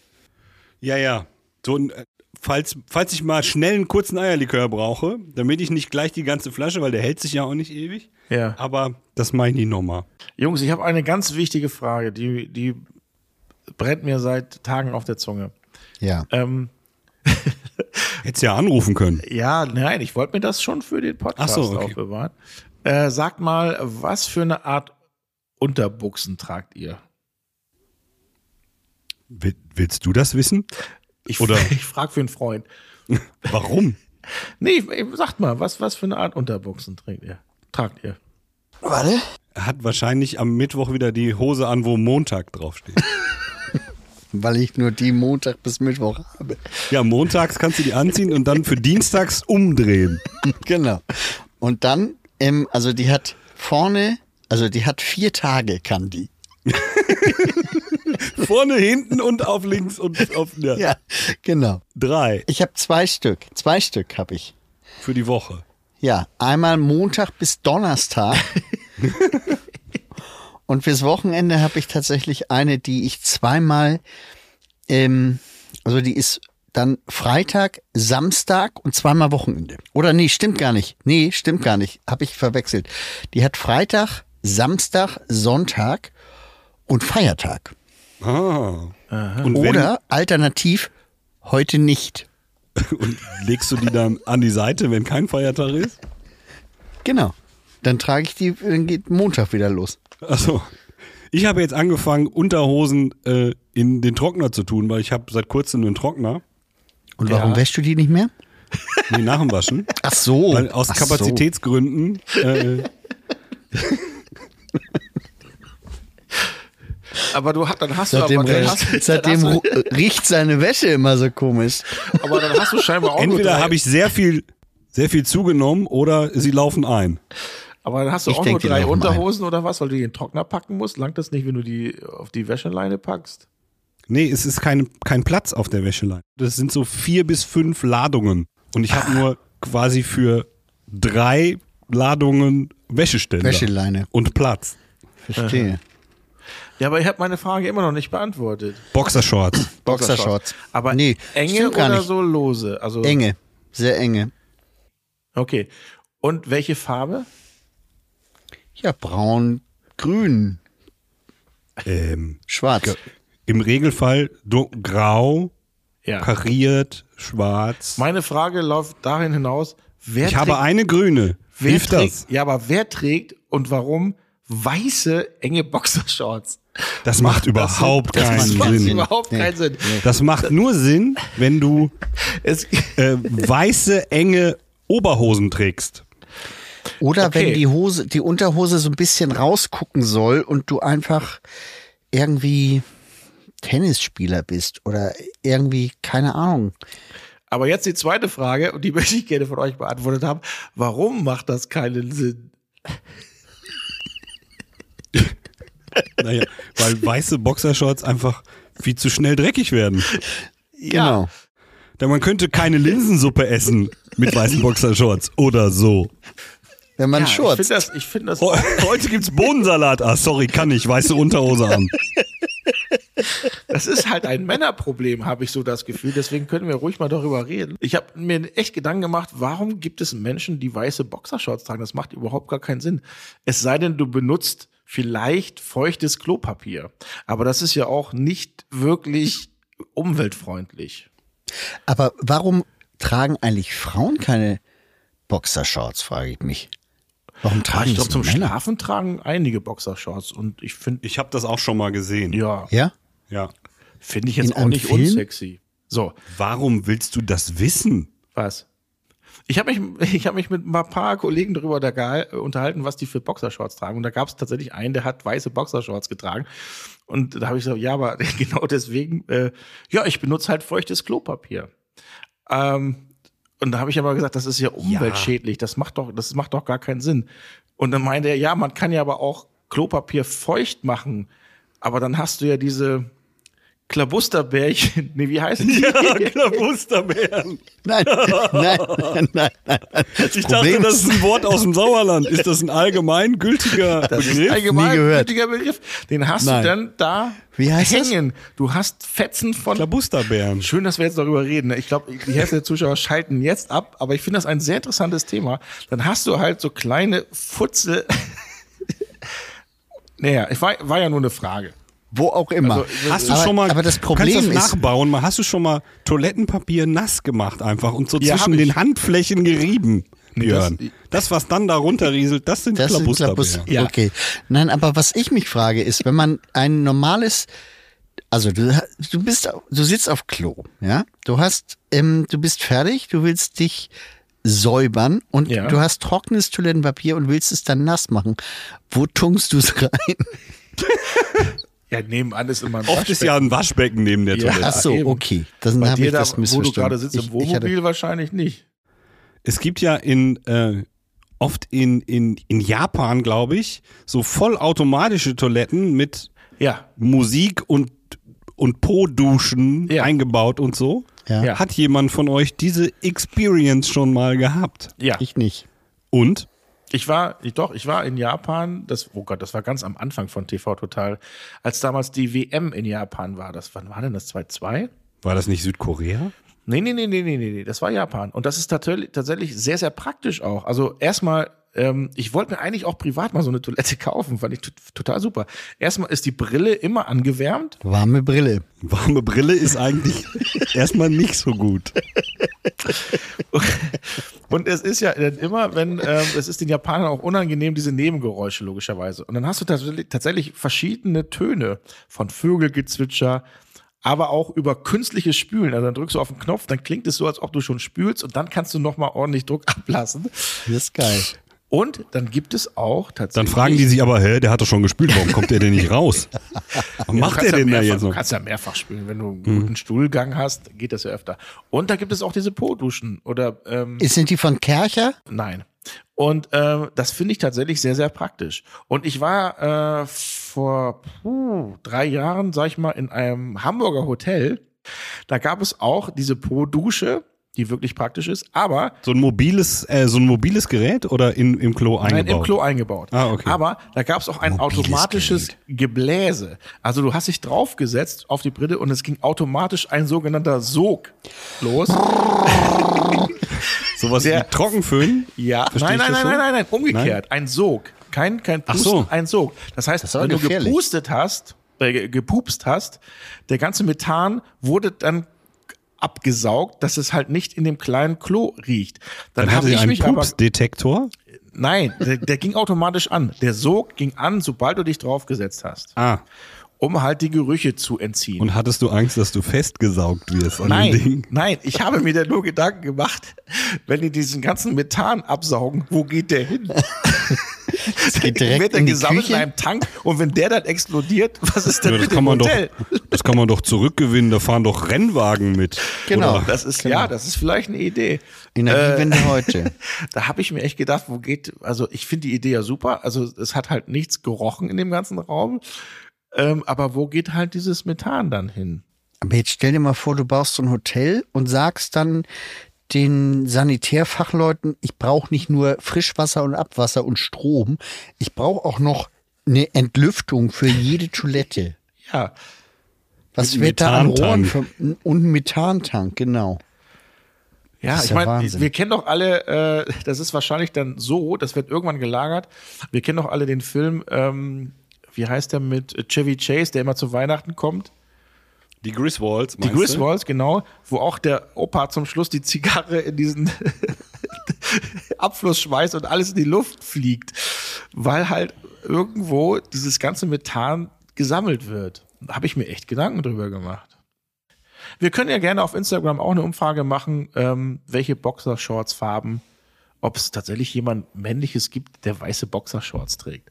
D: Ja, ja. So ein, äh, falls, falls ich mal schnell einen kurzen Eierlikör brauche, damit ich nicht gleich die ganze Flasche, weil der hält sich ja auch nicht ewig.
C: Ja.
D: Aber das mache ich nie nochmal.
C: Jungs, ich habe eine ganz wichtige Frage, die, die brennt mir seit Tagen auf der Zunge.
E: Ja.
C: Ähm,
D: Hättest ja anrufen können.
C: ja, nein, ich wollte mir das schon für den Podcast
D: Ach so, okay.
C: aufbewahren. Äh, sagt mal, was für eine Art Unterbuchsen tragt ihr?
D: Will- Willst du das wissen?
C: Ich,
D: Oder-
C: ich frage für einen Freund.
D: Warum?
C: Nee, ich- sagt mal, was, was für eine Art Unterbuchsen trägt ihr? Tragt ihr?
E: Warte.
D: Er hat wahrscheinlich am Mittwoch wieder die Hose an, wo Montag draufsteht.
E: Weil ich nur die Montag bis Mittwoch habe.
D: ja, montags kannst du die anziehen und dann für dienstags umdrehen.
E: genau. Und dann, ähm, also die hat vorne, also die hat vier Tage, kann die.
D: Vorne, hinten und auf links und auf ja.
E: Ja, genau.
D: drei
E: Ich habe zwei Stück. Zwei Stück habe ich.
D: für die Woche.
E: Ja, einmal Montag bis Donnerstag. Und fürs Wochenende habe ich tatsächlich eine, die ich zweimal, ähm, also die ist dann Freitag, Samstag und zweimal Wochenende. Oder nee, stimmt gar nicht. Nee, stimmt gar nicht. Habe ich verwechselt. Die hat Freitag, Samstag, Sonntag und Feiertag.
D: Ah. Und wenn-
E: Oder alternativ heute nicht.
D: Und legst du die dann an die Seite, wenn kein Feiertag ist?
E: Genau. Dann trage ich die, dann geht Montag wieder los.
D: Also, ich habe jetzt angefangen, Unterhosen äh, in den Trockner zu tun, weil ich habe seit kurzem einen Trockner,
E: Und warum
C: Ja.
E: wäschst du die nicht mehr?
D: die nach dem Waschen,
E: Ach so.
D: weil aus
E: Oh, Ach
D: Kapazitätsgründen. Äh,
C: Aber du hast, dann hast
E: So.
C: du
E: Seitdem,
C: aber, dann hast, du-
E: seitdem
C: dann
E: ru- riecht seine Wäsche immer so komisch.
C: hast, du- aber dann hast du scheinbar auch nur
D: entweder
C: drei,
D: habe ich sehr viel, sehr viel zugenommen oder sie laufen ein.
C: aber dann hast du
E: Ich
C: auch nur
E: denk, die
C: drei
E: laufen ein.
C: Unterhosen oder was, weil du die in den Trockner packen musst. Langt das nicht, wenn du die auf die Wäscheleine packst?
D: Nee, es ist kein, kein Platz auf der Wäscheleine. Das sind so vier bis fünf Ladungen. Und ich
E: Ah.
D: habe nur quasi für drei Ladungen Wäscheständer.
E: Wäscheleine.
D: Und Platz.
E: Verstehe.
C: Ja, aber ich habe meine Frage immer noch nicht beantwortet.
D: Boxershorts.
E: Boxershorts.
C: Aber
E: nee,
C: enge
E: stimmt gar
C: oder
E: nicht.
C: so lose? Also
E: Enge. Sehr enge.
C: Okay. Und welche Farbe?
E: Ja, braun, grün,
D: ähm,
E: schwarz.
D: Im Regelfall du- grau,
C: Ja.
D: kariert, schwarz.
C: Meine Frage läuft dahin hinaus, wer
D: ich
C: trägt,
D: habe eine grüne.
C: wer
D: Hilft
C: trägt,
D: das?
C: Ja, aber wer trägt und warum weiße enge Boxershorts?
D: Das macht überhaupt
E: macht
D: keinen
C: Das macht
D: Sinn.
C: überhaupt keinen Sinn.
D: Das macht nur Sinn, wenn du
C: Es,
D: äh, weiße, enge Oberhosen trägst.
E: Oder
C: Okay.
E: wenn die Hose, die Unterhose so ein bisschen rausgucken soll und du einfach irgendwie Tennisspieler bist oder irgendwie, keine Ahnung.
C: Aber jetzt die zweite Frage, und die möchte ich gerne von euch beantwortet haben. Warum macht das keinen Sinn?
D: Naja, weil weiße Boxershorts einfach viel zu schnell dreckig werden.
E: Genau.
D: Denn man könnte keine Linsensuppe essen mit weißen Boxershorts oder so.
E: Wenn man
C: Ich
E: Shorts.
C: finde das, ich finde das,
D: Heu- Heute gibt's Bohnensalat. Ah, sorry, kann ich. Weiße Unterhose an.
C: das ist halt ein Männerproblem, habe ich so das Gefühl. Deswegen können wir ruhig mal darüber reden. Ich habe mir echt Gedanken gemacht, warum gibt es Menschen, die weiße Boxershorts tragen? Das macht überhaupt gar keinen Sinn. Es sei denn, du benutzt vielleicht feuchtes Klopapier. Aber das ist ja auch nicht wirklich umweltfreundlich.
E: Aber warum tragen eigentlich Frauen keine Boxershorts, frage ich mich. Warum tragen
C: Ich glaube,
E: das
C: zum
E: Männer?
C: Schlafen tragen einige Boxershorts und ich finde,
D: Ich habe das auch schon mal gesehen.
C: ja,
E: Ja?
D: ja.
C: finde ich jetzt
E: In
C: auch
E: einem
C: nicht
E: Film?
C: unsexy. So,
D: Warum willst du das wissen?
C: was? Ich habe mich, ich habe mich mit ein paar Kollegen darüber da geha- unterhalten, was die für Boxershorts tragen. Und da gab es tatsächlich einen, der hat weiße Boxershorts getragen. Und da habe ich gesagt, ja, aber genau deswegen, äh, ja, ich benutze halt feuchtes Klopapier. Ähm, und da habe ich aber gesagt, das ist ja umweltschädlich. Das macht doch, das macht doch gar keinen Sinn. Und dann meinte er, ja, man kann ja aber auch Klopapier feucht machen. Aber dann hast du ja diese Klabusterbärchen. Nee, wie heißen die?
D: Klabusterbären.
E: Nein, nein, nein, nein, nein. Das
D: Ich dachte,
E: Problem
D: das ist ein Wort aus dem Sauerland. Ist das ein allgemeingültiger Begriff?
E: Nie gehört.
C: gültiger Begriff. Den hast
E: Nein.
C: du dann da
E: Wie heißt das?
C: hängen. Du hast Fetzen von.
D: Klabusterbären.
C: Schön, dass wir jetzt darüber reden. ne? Ich glaube, die Hälfte der Zuschauer schalten jetzt ab, aber ich finde das ein sehr interessantes Thema. Dann hast du halt so kleine Futzel. naja, ich war, war ja nur eine Frage.
E: wo auch immer.
D: Hast
E: Also, äh,
D: du
E: aber,
D: schon mal
E: aber das
D: kannst
E: Problem
D: das
E: ist,
D: nachbauen? Mal hast du schon mal Toilettenpapier nass gemacht einfach und so
C: Ja,
D: zwischen
C: hab ich.
D: den Handflächen gerieben? Björn.
C: das-
D: Das, was dann da runterrieselt, das sind
E: das sind Klabus.
D: Klabusterbären.
C: Ja.
E: Okay. Nein, aber was ich mich frage ist, wenn man ein normales, also du, du bist, du sitzt auf Klo, ja, du hast, ähm, du bist fertig, du willst dich säubern und
C: Ja.
E: du hast trockenes Toilettenpapier und willst es dann nass machen. Wo tunkst du es rein?
C: Ja, nebenan ist immer ein
D: Oft ist
C: Waschbecken.
D: ja ein Waschbecken neben der
C: Ja.
D: Toilette.
E: Ach so,
C: eben.
E: okay. Dann
C: Bei
E: habe
C: dir
E: ich
C: da,
E: das
C: wo
E: missverstanden.
C: du gerade sitzt, im
E: Ich- ich hatte-
C: Wohnmobil wahrscheinlich nicht.
D: Es gibt ja in äh, oft in, in, in Japan, glaube ich, so vollautomatische Toiletten mit
C: Ja,
D: Musik und, und Po-Duschen
C: Ja.
D: eingebaut und so.
E: ja,
C: Ja.
D: Hat jemand von euch diese Experience schon mal gehabt?
C: ja.
E: ich nicht.
D: Und?
C: Ich war, ich, doch, ich war in Japan, das, oh Gott, das war ganz am Anfang von TV Total, als damals die WM in Japan war. Das, wann war denn das? 2-2?
D: War das nicht Südkorea?
C: Nee, nee, nee, nee, nee, nee, nee, das war Japan. Und das ist tatsächlich, tatsächlich sehr, sehr praktisch auch. Also erstmal, ähm, ich wollte mir eigentlich auch privat mal so eine Toilette kaufen, fand ich t- total super. Erstmal ist die Brille immer angewärmt.
E: Warme Brille.
D: Warme Brille ist eigentlich erstmal nicht so gut.
C: Und es ist ja dann immer, wenn ähm, es ist den Japanern auch unangenehm, diese Nebengeräusche logischerweise. Und dann hast du tatsächlich, tatsächlich verschiedene Töne von Vögelgezwitscher, aber auch über künstliches Spülen. Also dann drückst du auf den Knopf, dann klingt es so, als ob du schon spülst und dann kannst du nochmal ordentlich Druck ablassen.
E: Das ist geil.
C: Und dann gibt es auch
D: Dann
C: tatsächlich.
D: fragen die sich aber, hä, der hat doch schon gespült, warum kommt der denn nicht raus? Was
C: Ja, du
D: macht
C: kannst
D: der
C: ja
D: denn da
C: mehrfach-
D: jetzt
C: Du
D: noch? Mhm.
C: kannst ja mehrfach spülen. Wenn du einen guten Stuhlgang hast, geht das ja öfter. Und da gibt es auch diese Po-Duschen oder ähm,
E: Ist- Sind die von Kercher?
C: Nein. Und ähm, das finde ich tatsächlich sehr, sehr praktisch. Und ich war äh, vor puh, drei Jahren, sag ich mal, in einem Hamburger Hotel. Da gab es auch diese Po-Dusche, die wirklich praktisch ist, aber
D: So ein mobiles, äh, so ein mobiles Gerät oder in, im Klo eingebaut?
C: Nein, im Klo eingebaut.
D: Ah, okay.
C: Aber da gab es auch ein automatisches Gebläse. Also du hast dich draufgesetzt auf die Brille und es ging automatisch ein sogenannter Sog los.
D: Sowas wie
C: Der-
D: Trockenföhn?
C: Ja,
D: Versteh
C: nein,
D: ich
C: nein,
D: das
C: nein,
D: so?
C: nein, nein, nein, umgekehrt. Ein Sog. Kein, kein
D: Ach
C: Pusten,
D: so.
C: ein Sog. Das heißt,
E: aber
C: wenn du
E: gefährlich.
C: gepustet hast, äh, ge- gepupst hast, der ganze Methan wurde dann abgesaugt, dass es halt nicht in dem kleinen Klo riecht. Dann,
D: Dann
C: hab
D: hatte
C: ich
D: ich einen
C: mich aber
D: Pupsdetektor.
C: nein, der, der ging automatisch an. Der Sog ging an, sobald du dich draufgesetzt hast,
D: Ah.
C: um halt die Gerüche zu entziehen.
D: Und hattest du Angst, dass du festgesaugt wirst an dem
C: Nein,
D: Ding?
C: nein, ich habe mir da nur Gedanken gemacht, wenn die diesen ganzen Methan absaugen, wo geht der hin?
E: Es geht direkt
C: wird
E: in
C: dann
E: die
C: gesammelt in
E: Küche.
C: einem Tank und wenn der dann explodiert, was ist denn
D: Ja, das,
C: mit
D: kann
C: dem
D: man doch,
C: Hotel?
D: das kann man doch zurückgewinnen, da fahren doch Rennwagen mit.
E: Genau.
D: Oder,
C: Das ist ja, das ist vielleicht eine Idee. Äh,
E: Energiewende heute.
C: Da habe ich mir echt gedacht, wo geht, also ich finde die Idee ja super, also es hat halt nichts gerochen in dem ganzen Raum, ähm, aber wo geht halt dieses Methan dann hin?
E: Aber jetzt stell dir mal vor, du baust so ein Hotel und sagst dann den Sanitärfachleuten, ich brauche nicht nur Frischwasser und Abwasser und Strom, ich brauche auch noch eine Entlüftung für jede Toilette.
C: Ja,
E: Was
D: Mit
E: wird da an Rohren?
D: Methantank.
E: Für, und ein Methantank, genau.
C: ja,
E: Das ist
C: ich
E: ja
C: meine,
E: Wahnsinn.
C: wir kennen doch alle, äh, das ist wahrscheinlich dann so, das wird irgendwann gelagert. Wir kennen doch alle den Film, ähm, wie heißt der mit Chevy Chase, der immer zu Weihnachten kommt?
D: die Griswolds,
C: Die
D: meinst du?
C: Griswolds, genau, wo auch der Opa zum Schluss die Zigarre in diesen Abfluss schmeißt und alles in die Luft fliegt, weil halt irgendwo dieses ganze Methan gesammelt wird. Da habe ich mir echt Gedanken drüber gemacht. Wir können ja gerne auf Instagram auch eine Umfrage machen, ähm, welche Boxershorts-Farben, ob es tatsächlich jemand männliches gibt, der weiße Boxershorts trägt.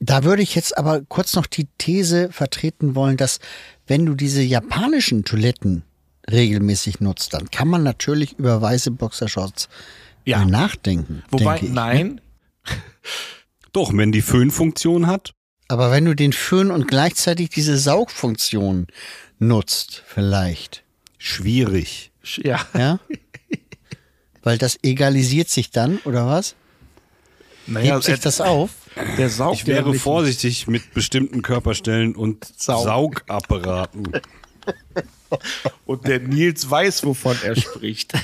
E: Da würde ich jetzt aber kurz noch die These vertreten wollen, dass wenn du diese japanischen Toiletten regelmäßig nutzt, dann kann man natürlich über weiße Boxershorts
C: Ja.
E: mal nachdenken.
C: Wobei,
E: denke
D: ne?
E: ich.
C: nein,
D: Doch, wenn die Föhnfunktion hat,
E: Aber wenn du den Föhn und gleichzeitig diese Saugfunktion nutzt, vielleicht,
D: schwierig.
C: sch- ja.
E: ja? Weil das egalisiert sich dann, oder was? Hebt
C: Naja,
E: sich
C: äh,
E: das auf?
C: der saugt
D: Ich wäre
C: nämlich-
D: vorsichtig mit bestimmten Körperstellen und
C: Saug.
D: Saugapparaten.
C: Und der Nils weiß, wovon er spricht.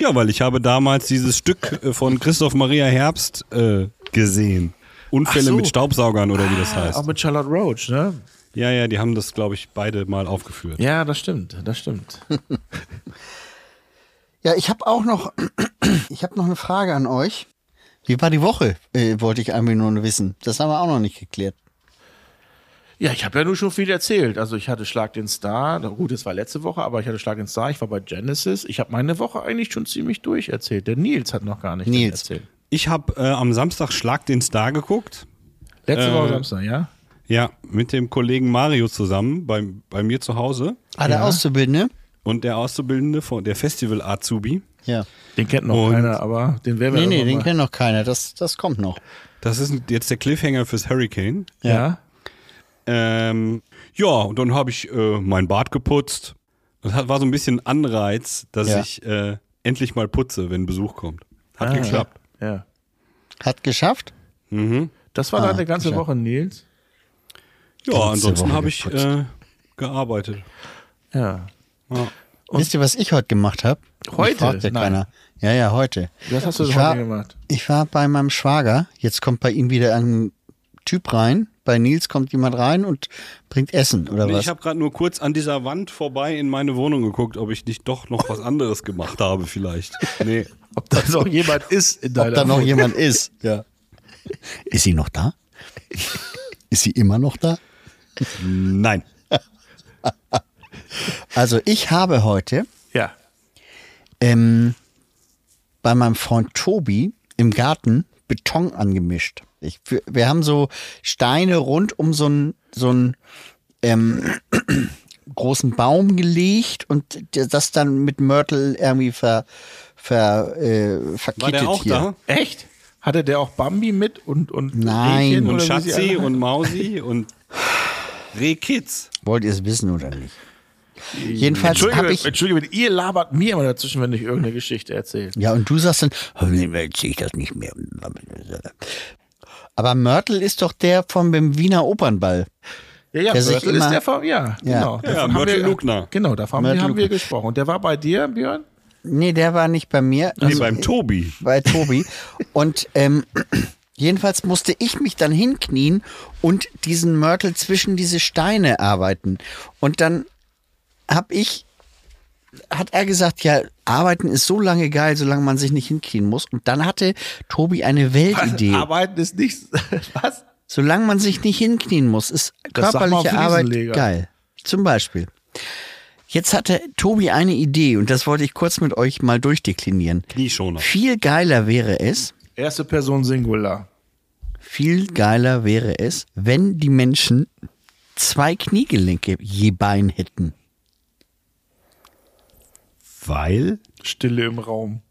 D: Ja, weil ich habe damals dieses Stück äh, von Christoph Maria Herbst äh, gesehen. Unfälle
C: Ach so. Ah,
D: mit Staubsaugern oder wie das heißt.
C: Auch mit Charlotte Roach, ne?
D: Ja, ja, die haben das, glaube ich, beide mal aufgeführt.
C: Ja, das stimmt, das stimmt.
E: Ja, ich habe auch noch, ich habe noch eine Frage an euch. Wie war die Woche? Äh, wollte ich einfach nur wissen. Das haben wir auch noch nicht geklärt.
C: Ja, ich habe ja nur schon viel erzählt. Also ich hatte Schlag den Star, na gut, das war letzte Woche, aber ich hatte Schlag den Star, ich war bei Genesis. Ich habe meine Woche eigentlich schon ziemlich durch erzählt. Der Nils hat noch gar nicht
E: Nils.
C: erzählt.
D: Ich habe äh, am Samstag Schlag den Star geguckt.
C: Letzte
D: Äh,
C: Woche Samstag, ja?
D: Ja, mit dem Kollegen Mario zusammen bei, bei mir zu Hause.
E: Ah, der Auszubildende?
D: Und der Auszubildende von der Festival Azubi.
E: Ja.
C: Den kennt noch
D: und-
C: keiner, aber den werden wir
E: Nee, nee,
C: irgendwann
E: den
C: mal-
E: kennt noch keiner. Das, das kommt noch.
D: Das ist jetzt der Cliffhanger fürs Hurricane.
C: Ja.
D: Ähm, ja, und dann habe ich äh, mein Bad geputzt. Das hat, war so ein bisschen Anreiz, dass
E: Ja.
D: ich äh, endlich mal putze, wenn Besuch kommt. Hat
C: Ah,
D: geklappt.
C: Ja. ja.
E: Hat geschafft?
C: Das war
E: Ah,
C: deine ganze
E: sicher.
C: Woche, Nils.
D: Ja,
E: Ganze
D: ansonsten
E: Woche
D: habe ich
E: geputzt.
D: äh, gearbeitet.
C: Ja.
E: Wisst ihr, was ich heute gemacht habe?
C: Heute?
E: Fragt ja
C: Nein.
E: keiner. Ja, ja, heute.
C: Was hast du
E: ich
C: so
E: war,
C: heute gemacht?
E: Ich war bei meinem Schwager. Jetzt kommt bei ihm wieder ein Typ rein. Bei Nils kommt jemand rein und bringt Essen oder
D: Nee,
E: was?
D: ich habe gerade nur kurz an dieser Wand vorbei in meine Wohnung geguckt, ob ich nicht doch noch was anderes gemacht habe vielleicht. Nee.
C: Ob da noch jemand ist in deiner
E: Ob da noch
C: Woche?
E: jemand ist. Ja. Ist sie noch da? Ist sie immer noch da?
D: Nein.
E: Also ich habe heute
C: Ja.
E: ähm, bei meinem Freund Tobi im Garten Beton angemischt. Ich, wir, wir haben so Steine rund um so einen so einen, ähm, großen Baum gelegt und das dann mit Mörtel irgendwie ver, ver, äh, verkittet
D: War der auch
E: hier.
D: da?
C: Echt? Hatte der auch Bambi mit und und
E: Nein.
C: Rehchen
D: Und
C: oder wie sie alle
D: Schatzi
C: heißen?
D: und Mausi und Rehkitz.
E: Wollt ihr es wissen oder nicht?
D: Äh,
E: Jedenfalls
C: Entschuldige,
E: habe ich
C: Entschuldige, ihr labert mir immer dazwischen, wenn ich irgendeine Geschichte erzähle.
E: Ja, und du sagst dann, sehe ich das nicht mehr. Aber Mörtel ist doch der von dem Wiener Opernball.
C: Ja, ja,
E: Der sich
C: Mörtel ist
E: immer-
C: der von, ja,
E: Ja.
C: genau.
D: Ja,
C: Davon haben
D: Mörtel
C: wir-
D: Lugner.
C: Genau, davon haben,
E: Mörtel
C: haben wir
E: Lugner.
C: gesprochen. Und der war bei dir, Björn?
E: Nee, der war nicht bei mir, also
C: Also-
D: Nee, beim Tobi.
E: bei Tobi. Und ähm, jedenfalls musste ich mich dann hinknien und diesen Mörtel zwischen diese Steine arbeiten. Und dann habe ich, hat er gesagt, ja, arbeiten ist so lange geil, solange man sich nicht hinknien muss. Und dann hatte Tobi eine Weltidee.
C: Arbeiten ist nichts. Was?
E: Solange man sich nicht hinknien muss, ist
C: Das sagt man auf
E: körperliche Arbeit
C: Fliesenleger.
E: geil. Zum Beispiel. Jetzt hatte Tobi eine Idee und das wollte ich kurz mit euch mal durchdeklinieren.
D: Knieschoner.
E: Viel geiler wäre es,
C: Erste Person Singular.
E: Viel geiler wäre es, wenn die Menschen zwei Kniegelenke je Bein hätten.
D: Weil?
C: Stille im Raum.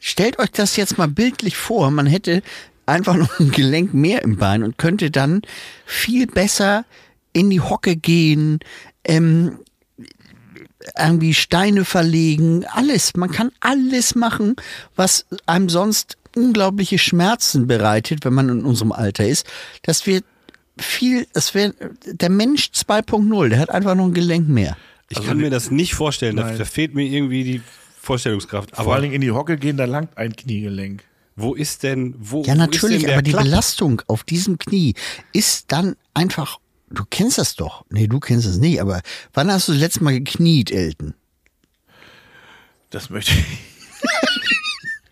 E: Stellt euch das jetzt mal bildlich vor, man hätte einfach noch ein Gelenk mehr im Bein und könnte dann viel besser in die Hocke gehen, ähm, irgendwie Steine verlegen, alles. Man kann alles machen, was einem sonst unglaubliche Schmerzen bereitet, wenn man in unserem Alter ist, dass wir viel, es wäre der Mensch 2.0, der hat einfach nur ein Gelenk mehr.
D: Ich kann mir das nicht vorstellen. Da,
C: Also Nein.
D: da fehlt mir irgendwie die Vorstellungskraft.
C: Vor allen
D: Aber
C: Dingen in die Hocke gehen, da langt ein Kniegelenk.
D: wo ist denn, wo,
E: Ja,
D: wo
E: natürlich,
D: ist denn der
E: aber die
D: Klapp?
E: Belastung auf diesem Knie ist dann einfach, du kennst das doch. Nee, du kennst es nicht, aber wann hast du das letzte Mal gekniet, Elton?
C: Das möchte ich,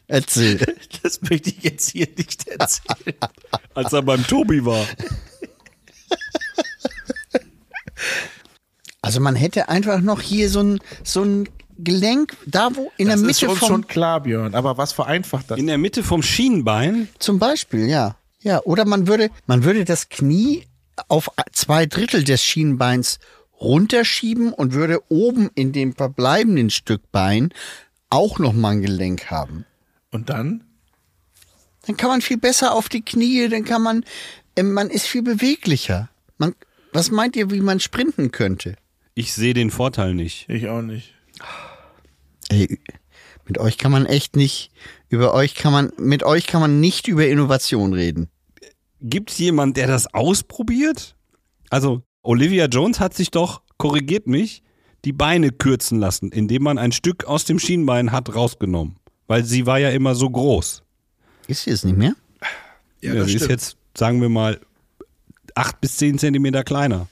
E: Erzähl.
C: das möchte ich jetzt hier nicht erzählen.
D: Als er beim Tobi war.
E: Also man hätte einfach noch hier so ein, so ein Gelenk, da wo in
C: das
E: der
C: ist
E: Mitte
C: uns
E: vom,
C: schon klar, Björn. Aber was vereinfacht das?
D: In der Mitte vom Schienbein.
E: zum Beispiel, ja. Ja, oder man würde, man würde das Knie auf zwei Drittel des Schienbeins runterschieben und würde oben in dem verbleibenden Stück Bein auch noch mal ein Gelenk haben.
C: Und dann?
E: Dann kann man viel besser auf die Knie, dann kann man, äh, man ist viel beweglicher. Man, was meint ihr, wie man sprinten könnte?
D: Ich sehe den Vorteil nicht.
C: Ich auch nicht.
E: Ey, mit euch kann man echt nicht, über euch kann man, mit euch kann man nicht über Innovation reden.
D: Gibt es jemanden, der das ausprobiert? Also, Olivia Jones hat sich doch, korrigiert mich, die Beine kürzen lassen, indem man ein Stück aus dem Schienbein hat rausgenommen. Weil sie war ja immer so groß.
E: Ist sie es nicht mehr?
D: Ja, sie ist jetzt, sagen wir mal, acht bis zehn Zentimeter kleiner.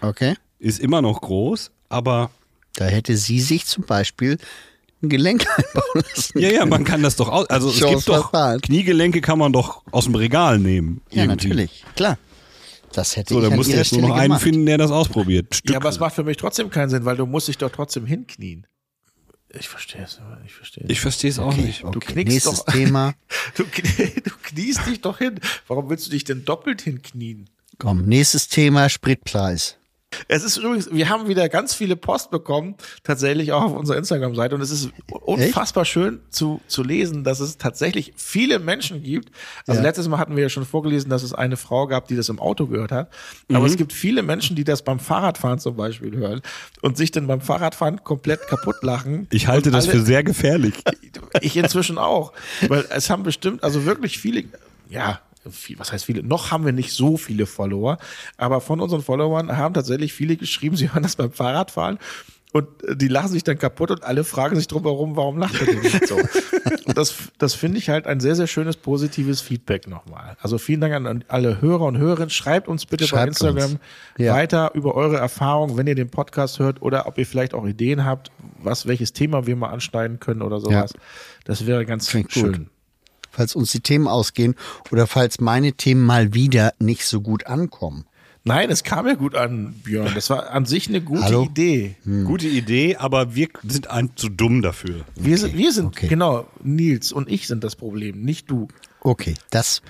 E: Okay.
D: Ist immer noch groß, aber
E: Da hätte sie sich zum Beispiel ein Gelenk einbauen lassen.
D: ja, ja, man kann das doch aus. Also es
E: Chance
D: gibt doch
E: vertan.
D: Kniegelenke kann man doch aus dem Regal nehmen.
E: Ja,
D: irgendwie.
E: natürlich. Klar. Das hätte
D: So,
E: ich
D: da
E: an
D: musst du
E: ihrer
D: jetzt nur
E: Stelle
D: noch einen
E: gemacht.
D: finden, der das ausprobiert. Stück.
C: Ja, aber es macht für mich trotzdem keinen Sinn, weil du musst dich doch trotzdem hinknien. Ich verstehe es, aber ich verstehe es.
D: ich verstehe es auch nicht.
E: Okay,
C: knickst
E: nächstes
C: doch.
E: Thema.
C: Du, knie- du kniest dich doch hin. Warum willst du dich denn doppelt hinknien?
E: Komm, nächstes Thema Spritpreis.
C: Es ist übrigens, wir haben wieder ganz viele Post bekommen, tatsächlich auch auf unserer Instagram-Seite. Und es ist unfassbar schön zu, zu lesen, dass es tatsächlich viele Menschen gibt. Also letztes Mal hatten wir ja schon vorgelesen, dass es eine Frau gab, die das im Auto gehört hat. Aber es gibt viele Menschen, die das beim Fahrradfahren zum Beispiel hören und sich dann beim Fahrradfahren komplett kaputt lachen.
D: Ich halte
C: Und
D: das
C: alle-
D: für sehr gefährlich.
C: Ich inzwischen auch. Weil es haben bestimmt, also wirklich viele, ja, viel, was heißt viele? Noch haben wir nicht so viele Follower, aber von unseren Followern haben tatsächlich viele geschrieben, sie hören das beim Fahrradfahren. Und äh, die lachen sich dann kaputt und alle fragen sich drum herum, warum lacht er denn nicht so? Und das, das finde ich halt ein sehr, sehr schönes positives Feedback nochmal. Also vielen Dank an alle Hörer und Hörerinnen. Schreibt uns bitte bei
E: Schreibt
C: Instagram
E: uns. Ja.
C: weiter über eure Erfahrungen, wenn ihr den Podcast hört oder ob ihr vielleicht auch Ideen habt, was, welches Thema wir mal anschneiden können oder sowas. Das wäre ganz
E: Klingt gut.
C: schön.
E: Falls uns die Themen ausgehen oder falls meine Themen mal wieder nicht so gut ankommen.
C: Nein, es kam ja gut an, Björn. Das war an sich eine gute
E: Hallo? Hm.
C: Idee.
D: Gute Idee, aber wir sind ein zu dumm dafür.
C: Wir sind, wir sind
E: okay.
C: genau, Nils und ich sind das Problem, nicht du.
E: Okay, das,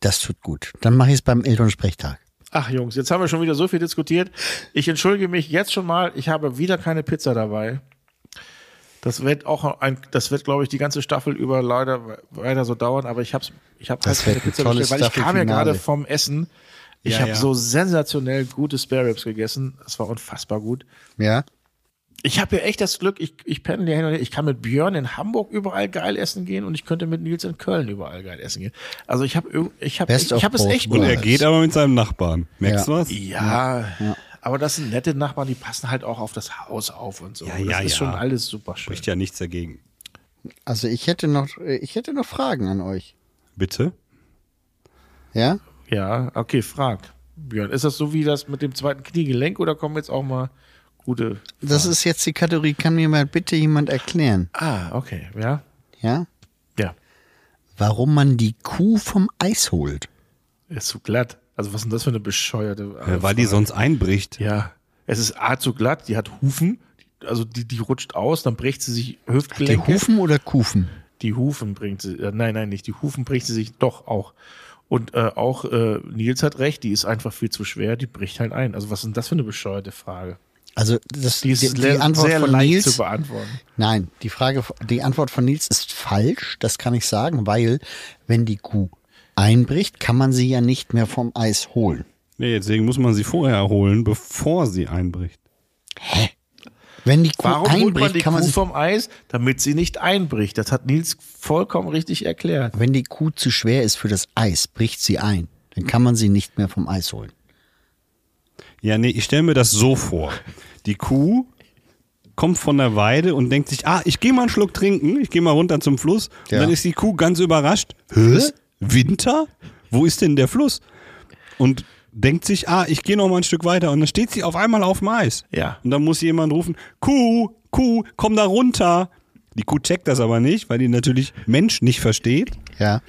E: das tut gut. Dann mache ich es beim Elternsprechtag.
C: Ach Jungs, jetzt haben wir schon wieder so viel diskutiert. Ich entschuldige mich jetzt schon mal, ich habe wieder keine Pizza dabei. Das wird auch ein, das wird, glaube ich, die ganze Staffel über leider we- weiter so dauern, aber ich habe ich hab halt
E: Das wird ein tolles
C: weil ich kam ja
E: Staffelfinale.
C: gerade vom Essen. Ich
D: Ja,
C: habe
D: ja.
C: so sensationell gute Spare Ribs gegessen. Das war unfassbar gut.
E: Ja?
C: Ich habe ja echt das Glück, ich, ich pendel ja hin und her. Ich kann mit Björn in Hamburg überall geil essen gehen und ich könnte mit Nils in Köln überall geil essen gehen. Also ich habe irg- ich habe
E: Best
C: ich,
E: of
C: ich habe es
E: both
C: echt
E: worlds.
D: Und er geht aber mit seinem Nachbarn. Merkst du
E: Ja.
D: was?
C: Ja, aber das sind nette Nachbarn, die passen halt auch auf das Haus auf und so. Ja, das
D: ja,
C: ist
D: ja.
C: schon alles super schön.
D: Spricht ja nichts dagegen.
E: Also ich hätte noch, ich hätte noch Fragen an euch.
D: Bitte?
E: Ja?
C: Ja, okay, frag. Björn, ist das so wie das mit dem zweiten Kniegelenk oder kommen jetzt auch mal gute.
E: Das ist jetzt die Kategorie, kann mir mal bitte jemand erklären?
C: Ah, okay, ja.
E: Ja?
C: Ja,
E: Warum man die Kuh vom Eis holt?
C: ist zu glatt. Also, was ist denn das für eine bescheuerte.
D: Äh, Weil die sonst einbricht.
C: Ja, es ist A zu glatt, die hat Hufen. Also die, die rutscht aus, dann bricht sie sich
E: Die
C: Hüftgelenke.
E: Hufen oder Kufen?
C: Die, Die Hufen bringt sie, äh, nein, nein, nicht die Hufen bricht sie sich doch auch. Und äh, auch äh, Nils hat recht, die ist einfach viel zu schwer, die bricht halt ein. Also was ist denn das für eine bescheuerte Frage?
E: Also das,
C: Die
E: die,
C: ist
E: die,
C: le-
E: Antwort
C: sehr
E: von
C: leicht zu
E: Nils.
C: beantworten.
E: Nein, die Frage, die Antwort von Nils ist falsch. Das kann ich sagen, weil wenn die Kuh einbricht, kann man sie ja nicht mehr vom Eis holen.
D: Nee, deswegen muss man sie vorher holen, bevor sie einbricht.
E: Wenn die Kuh
C: Warum holt man
E: einbricht,
C: die
E: kann
C: Kuh
E: man sie
C: vom Eis, damit sie nicht einbricht? Das hat Nils vollkommen richtig erklärt.
E: Wenn die Kuh zu schwer ist für das Eis, bricht sie ein. Dann kann man sie nicht mehr vom Eis holen.
D: Ja, nee, ich stelle mir das so vor. Die Kuh kommt von der Weide und denkt sich, ah, ich gehe mal einen Schluck trinken, ich gehe mal runter zum Fluss.
E: Ja.
D: Und dann ist die Kuh ganz überrascht. Hä? Winter? Wo ist denn der Fluss? Und denkt sich, ah, ich gehe noch mal ein Stück weiter. Und dann steht sie auf einmal auf dem Eis.
C: Ja.
D: Und dann muss jemand rufen, Kuh, Kuh, komm da runter. Die Kuh checkt das aber nicht, weil die natürlich Mensch nicht versteht.
E: Ja.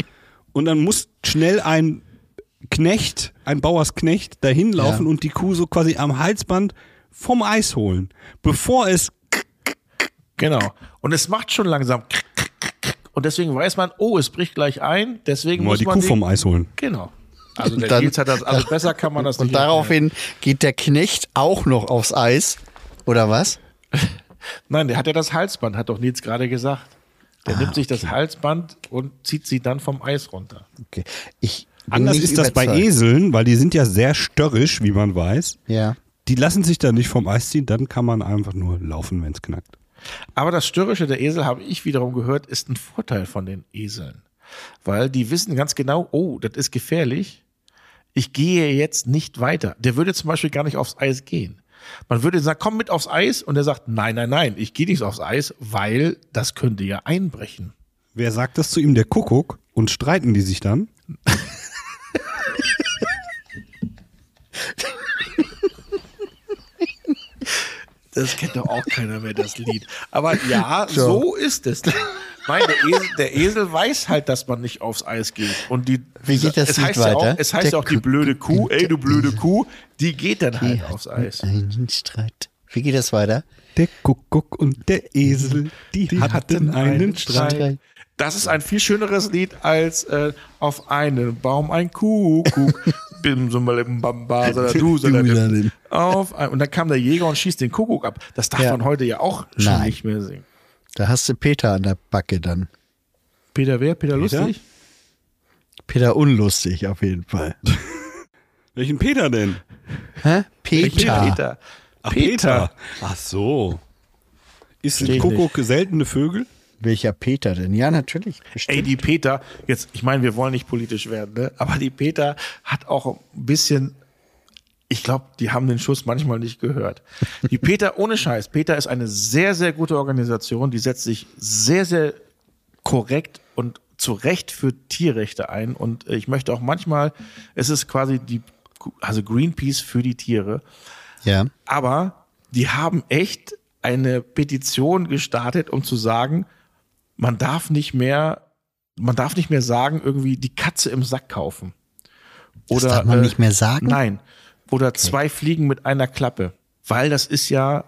D: Und dann muss schnell ein Knecht, ein Bauersknecht, dahin laufen
E: Ja.
D: und die Kuh so quasi am Halsband vom Eis holen. Bevor es.
C: Genau. Und es macht schon langsam. krick, krick, krick, krick. Und deswegen weiß man, oh, es bricht gleich ein. Deswegen
D: Nur
C: muss
D: die
C: man
D: Kuh vom Eis holen.
C: Genau. Also der
E: Dann-
C: Nils hat das, also besser kann man das
E: Und
C: nicht.
E: daraufhin geht der Knecht auch noch aufs Eis. Oder was?
C: erklären. Nein, der hat ja das Halsband, hat doch Nils gerade gesagt. Der nimmt sich das Halsband und zieht sie dann vom Eis runter.
E: Okay. Ich bin
D: Anders
E: nicht
D: ist das bei
E: überzeugt.
D: Eseln, weil die sind ja sehr störrisch, wie man weiß.
E: Ja.
D: Die lassen sich da nicht vom Eis ziehen, dann kann man einfach nur laufen, wenn es knackt.
C: Aber das Störrische der Esel, habe ich wiederum gehört, ist ein Vorteil von den Eseln. Weil die wissen ganz genau, oh, das ist gefährlich. Ich gehe jetzt nicht weiter. Der würde zum Beispiel gar nicht aufs Eis gehen. Man würde sagen, komm mit aufs Eis. Und er sagt, nein, nein, nein, ich gehe nicht aufs Eis, weil das könnte ja einbrechen.
D: Wer sagt das zu ihm? Der Kuckuck. Und streiten die sich dann?
C: Das kennt doch auch keiner mehr, das Lied. Aber ja, so ist es. Nein, der Esel, der Esel weiß halt, dass man nicht aufs Eis geht. Und die,
E: Wie geht das
C: es
E: Lied
C: heißt Ja
E: weiter?
C: auch, es heißt
E: Der
C: ja auch die
E: Kuh-
C: blöde Kuh, ey, du blöde
E: Esel.
C: Kuh, die geht dann halt
E: Die
C: aufs Eis.
E: Einen Streit. Wie geht das weiter?
D: Der Kuckuck und der Esel, die, hatten einen Streit.
E: Streit.
C: Das ist ein viel schöneres Lied als äh, auf einem Baum ein Kuckuck. Bim, sum, balim, bam, ba, sala, du, sala, dim.
E: Dusalim.
C: Auf ein, und dann kam der Jäger und schießt den Kuckuck ab. Das darf
E: Ja.
C: man heute ja auch schon
E: Nein.
C: nicht mehr singen.
E: Da hast du Peter an der Backe dann.
C: Peter wer? Peter, Lustig?
E: Peter unlustig auf jeden Fall.
D: Welchen Peter denn?
E: Hä? Peter.
C: Peter.
D: Ach,
C: Peter.
D: Ach so. Ist
C: Versteh
D: ein
C: ich
D: Kuckuck seltene Vögel?
E: Welcher Peter denn? Ja, natürlich.
C: Ey, die Peter, jetzt, ich meine, wir wollen nicht politisch werden, ne? aber die Peter hat auch ein bisschen, ich glaube, die haben den Schuss manchmal nicht gehört. Die Peter, ohne Scheiß, Peter ist eine sehr, sehr gute Organisation, die setzt sich sehr, sehr korrekt und zu Recht für Tierrechte ein. Und äh, ich möchte auch manchmal, es ist quasi die, also Greenpeace für die Tiere.
E: Ja.
C: Aber die haben echt eine Petition gestartet, um zu sagen, man darf nicht mehr, man darf nicht mehr sagen, irgendwie die Katze im Sack kaufen. Oder,
E: das darf man
C: äh,
E: nicht mehr sagen.
C: Nein. Oder zwei Fliegen mit einer Klappe. Weil das ist ja,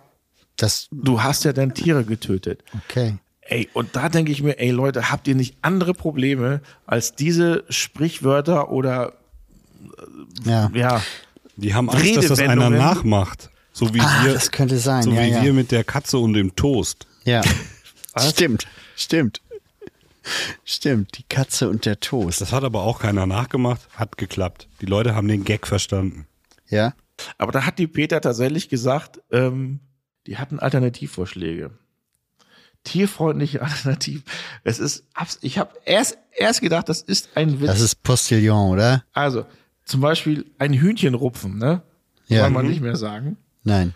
E: Das,
C: du hast ja dann Tiere getötet.
E: okay.
C: Ey, und da denke ich mir, ey Leute, habt ihr nicht andere Probleme als diese Sprichwörter oder
E: Ja.
C: ja,
D: Die haben Angst, dass das einer
C: Redewendungen.
D: nachmacht. So wie
E: Ah,
D: wir,
E: das könnte sein.
D: so
E: ja,
D: wie
E: ja.
D: wir mit der Katze und dem Toast.
E: Ja. Stimmt, stimmt. Stimmt, die Katze und der Toast.
D: Das hat aber auch keiner nachgemacht, hat geklappt. Die Leute haben den Gag verstanden.
E: Ja.
C: Aber da hat die Peter tatsächlich gesagt, ähm, die hatten Alternativvorschläge. Tierfreundliche Alternativ. Es ist, abs- ich habe erst, erst gedacht, das ist ein Witz.
E: Das ist Postillon, oder?
C: also zum Beispiel ein Hühnchen rupfen, ne?
E: Ja. Mhm.
C: Soll man nicht mehr sagen.
E: Nein.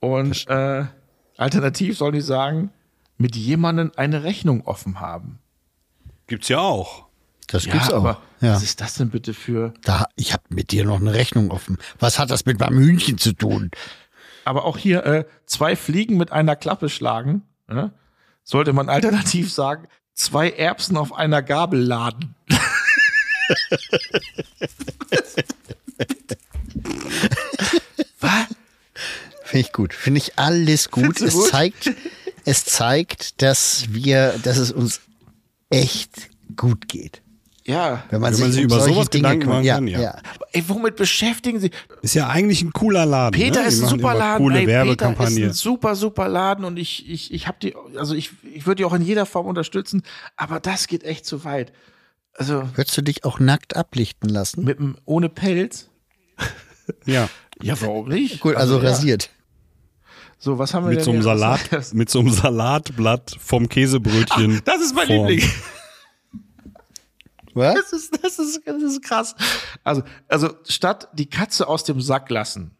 C: Und äh, alternativ sollen die sagen, mit jemandem eine Rechnung offen haben.
D: Gibt's ja auch.
E: Das gibt's auch. ja.
C: was ist das denn bitte für?
E: Da, ich habe mit dir noch eine Rechnung offen. Was hat das mit meinem Hühnchen zu tun?
C: Aber auch hier äh, zwei Fliegen mit einer Klappe schlagen. Ne? Sollte man alternativ sagen, zwei Erbsen auf einer Gabel laden.
E: Finde ich gut. Finde ich alles gut.
C: Findest du
E: Es
C: gut?
E: zeigt, es zeigt, dass wir, dass es uns echt gut geht.
C: Ja.
E: Wenn man,
D: Wenn man sich
E: um
D: über
E: solche
D: sowas
E: Dinge
D: Gedanken
E: kümmert.
D: machen
E: ja,
D: kann, ja.
E: ja.
C: Ey, womit beschäftigen Sie?
D: Ist ja eigentlich ein cooler Laden.
C: Peter
D: ne? Die
C: ist ein
D: machen
C: super
D: immer
C: Laden.
D: Coole
C: ey,
D: Werbekampagne.
C: Peter ist ein super, super Laden und ich, ich, ich habe die, also ich, ich würde die auch in jeder Form unterstützen, aber das geht echt zu weit. Also
E: Würdest du dich auch nackt ablichten lassen?
C: mit dem, ohne Pelz?
D: ja.
C: Ja, warum nicht?
E: Gut, also,
C: ja.
E: rasiert.
C: So, was haben wir
D: Mit
C: denn
D: so einem
C: hier?
D: Salat, mit so einem Salatblatt vom Käsebrötchen.
C: Das ist mein
D: Form.
C: Liebling.
E: Was?
C: Das ist, das ist, das ist krass. Also, also statt die Katze aus dem Sack lassen,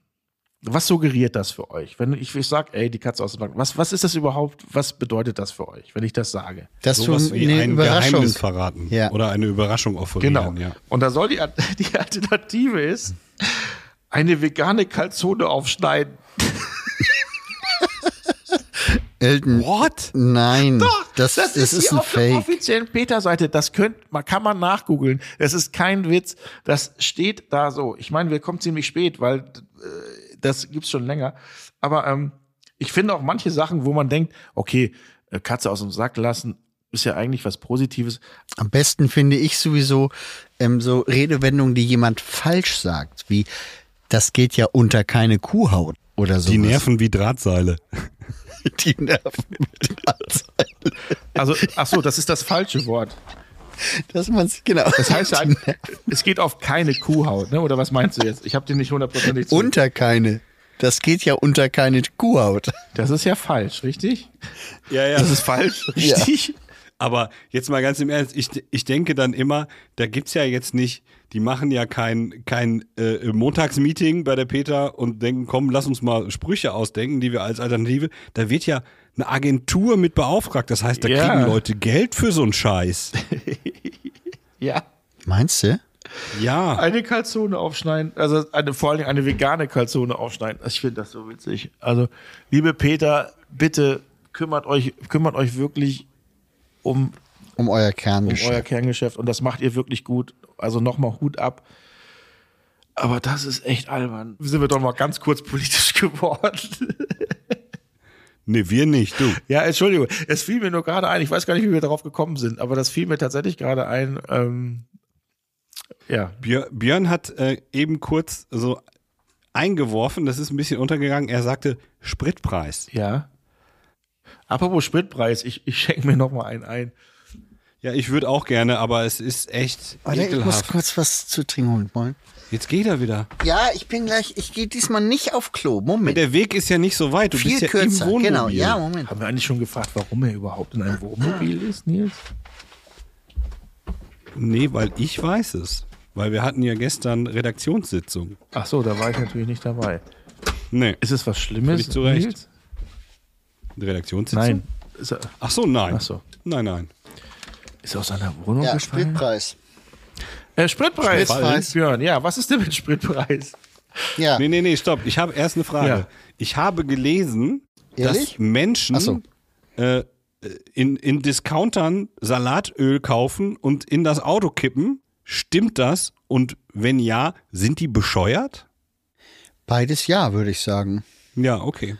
C: was suggeriert das für euch? Wenn ich, ich sage, ey, die Katze aus dem Sack, was, was ist das überhaupt? Was bedeutet das für euch, wenn ich das sage?
E: Dass du
D: Sowas wie
E: eine
D: ein Geheimnis
E: Überraschung.
D: verraten.
E: Ja.
D: Oder eine Überraschung offerieren.
C: Genau.
D: Ja.
C: Und da soll die, Al- die Alternative ist, eine vegane Kalzone aufschneiden.
E: Elton,
D: What?
E: nein. das, das, ist
C: hier
E: ein
C: auf der
E: Fake.
C: offiziellen Peter-Seite. Das könnt, man kann man nachgoogeln. Das ist kein Witz. Das steht da so. Ich meine, wir kommen ziemlich spät, weil äh, das gibt's schon länger. Aber ähm, ich finde auch manche Sachen, wo man denkt, okay, äh, Katze aus dem Sack lassen, ist ja eigentlich was Positives.
E: Am besten finde ich sowieso ähm, so Redewendungen, die jemand falsch sagt, wie das geht ja unter keine Kuhhaut oder so.
D: Die Nerven wie Drahtseile.
E: Die Nerven.
C: Also, ach so, das ist das falsche Wort.
E: Dass man sich genau.
C: Das heißt ja, eigentlich, es geht auf keine Kuhhaut, ne? Oder was meinst du jetzt? Ich habe dir nicht hundertprozentig zu-
E: unter keine. Das geht ja unter keine Kuhhaut.
C: Das ist ja falsch, richtig?
D: Ja, ja.
C: Das ist falsch, richtig?
D: Aber jetzt mal ganz im Ernst, ich, ich denke dann immer, da gibt's ja jetzt nicht, die machen ja kein, kein äh, Montagsmeeting bei der Peter und denken, komm, lass uns mal Sprüche ausdenken, die wir als Alternative. Da wird ja eine Agentur mit beauftragt. Das heißt, da
C: Ja.
D: kriegen Leute Geld für so einen Scheiß.
C: Ja.
E: Meinst du?
D: Ja.
C: Eine Kalzone aufschneiden, also eine, vor allem eine vegane Kalzone aufschneiden. Also Ich finde das so witzig. Also, liebe Peter, bitte kümmert euch, kümmert euch wirklich um,
E: Um euer
C: um
E: Kerngeschäft.
C: euer Kerngeschäft und das macht ihr wirklich gut. Also nochmal Hut ab. Aber das ist echt albern. Sind wir doch mal ganz kurz politisch geworden.
D: Nee, wir nicht, du.
C: Ja, Entschuldigung, es fiel mir nur gerade ein. Ich weiß gar nicht, wie wir darauf gekommen sind, aber das fiel mir tatsächlich gerade ein. Ähm, ja,
D: Björ, Björn hat äh, eben kurz so eingeworfen, das ist ein bisschen untergegangen. Er sagte Spritpreis.
C: ja. Apropos Spritpreis, ich, ich schenke mir noch mal einen ein.
D: Ja, ich würde auch gerne, aber es ist echt
E: Warte, ich muss
D: ekelhaft.
E: kurz was zu trinken holen wollen.
D: Jetzt geht er wieder.
E: Ja, ich bin gleich, ich gehe diesmal nicht auf Klo.
D: Ja,
E: Moment.
D: Der Weg ist ja nicht so weit. Du
E: viel
D: bist ja
E: kürzer.
D: im Wohnmobil.
E: Genau, ja, Moment.
C: Haben wir eigentlich schon gefragt, warum er überhaupt in einem Wohnmobil ist, Nils?
D: Nee, weil ich weiß es. Weil wir hatten ja gestern Redaktionssitzung.
C: Ach so, da war ich natürlich nicht dabei.
D: Nee,
C: Ist es was Schlimmes?
D: Völlig zu Recht.
C: Nils?
D: Redaktionssitzung?
C: Nein. Ist er,
D: Ach so, nein.
C: Ach so.
D: Nein, nein.
C: ist er aus seiner Wohnung
E: Ja,
C: gefallen?
E: Spritpreis.
C: Äh, Spritpreis.
E: Spritpreis.
C: Björn, ja, was ist denn mit Spritpreis?
E: Ja.
D: Nee, nee, nee, stopp. Ich habe erst eine Frage.
C: Ja.
D: Ich habe gelesen,
E: Ehrlich?
D: dass Menschen
E: Ach so.
D: äh, in, in Discountern Salatöl kaufen und in das Auto kippen. Stimmt das? Und wenn ja, sind die bescheuert?
E: Beides ja, würde ich sagen.
D: Ja, okay.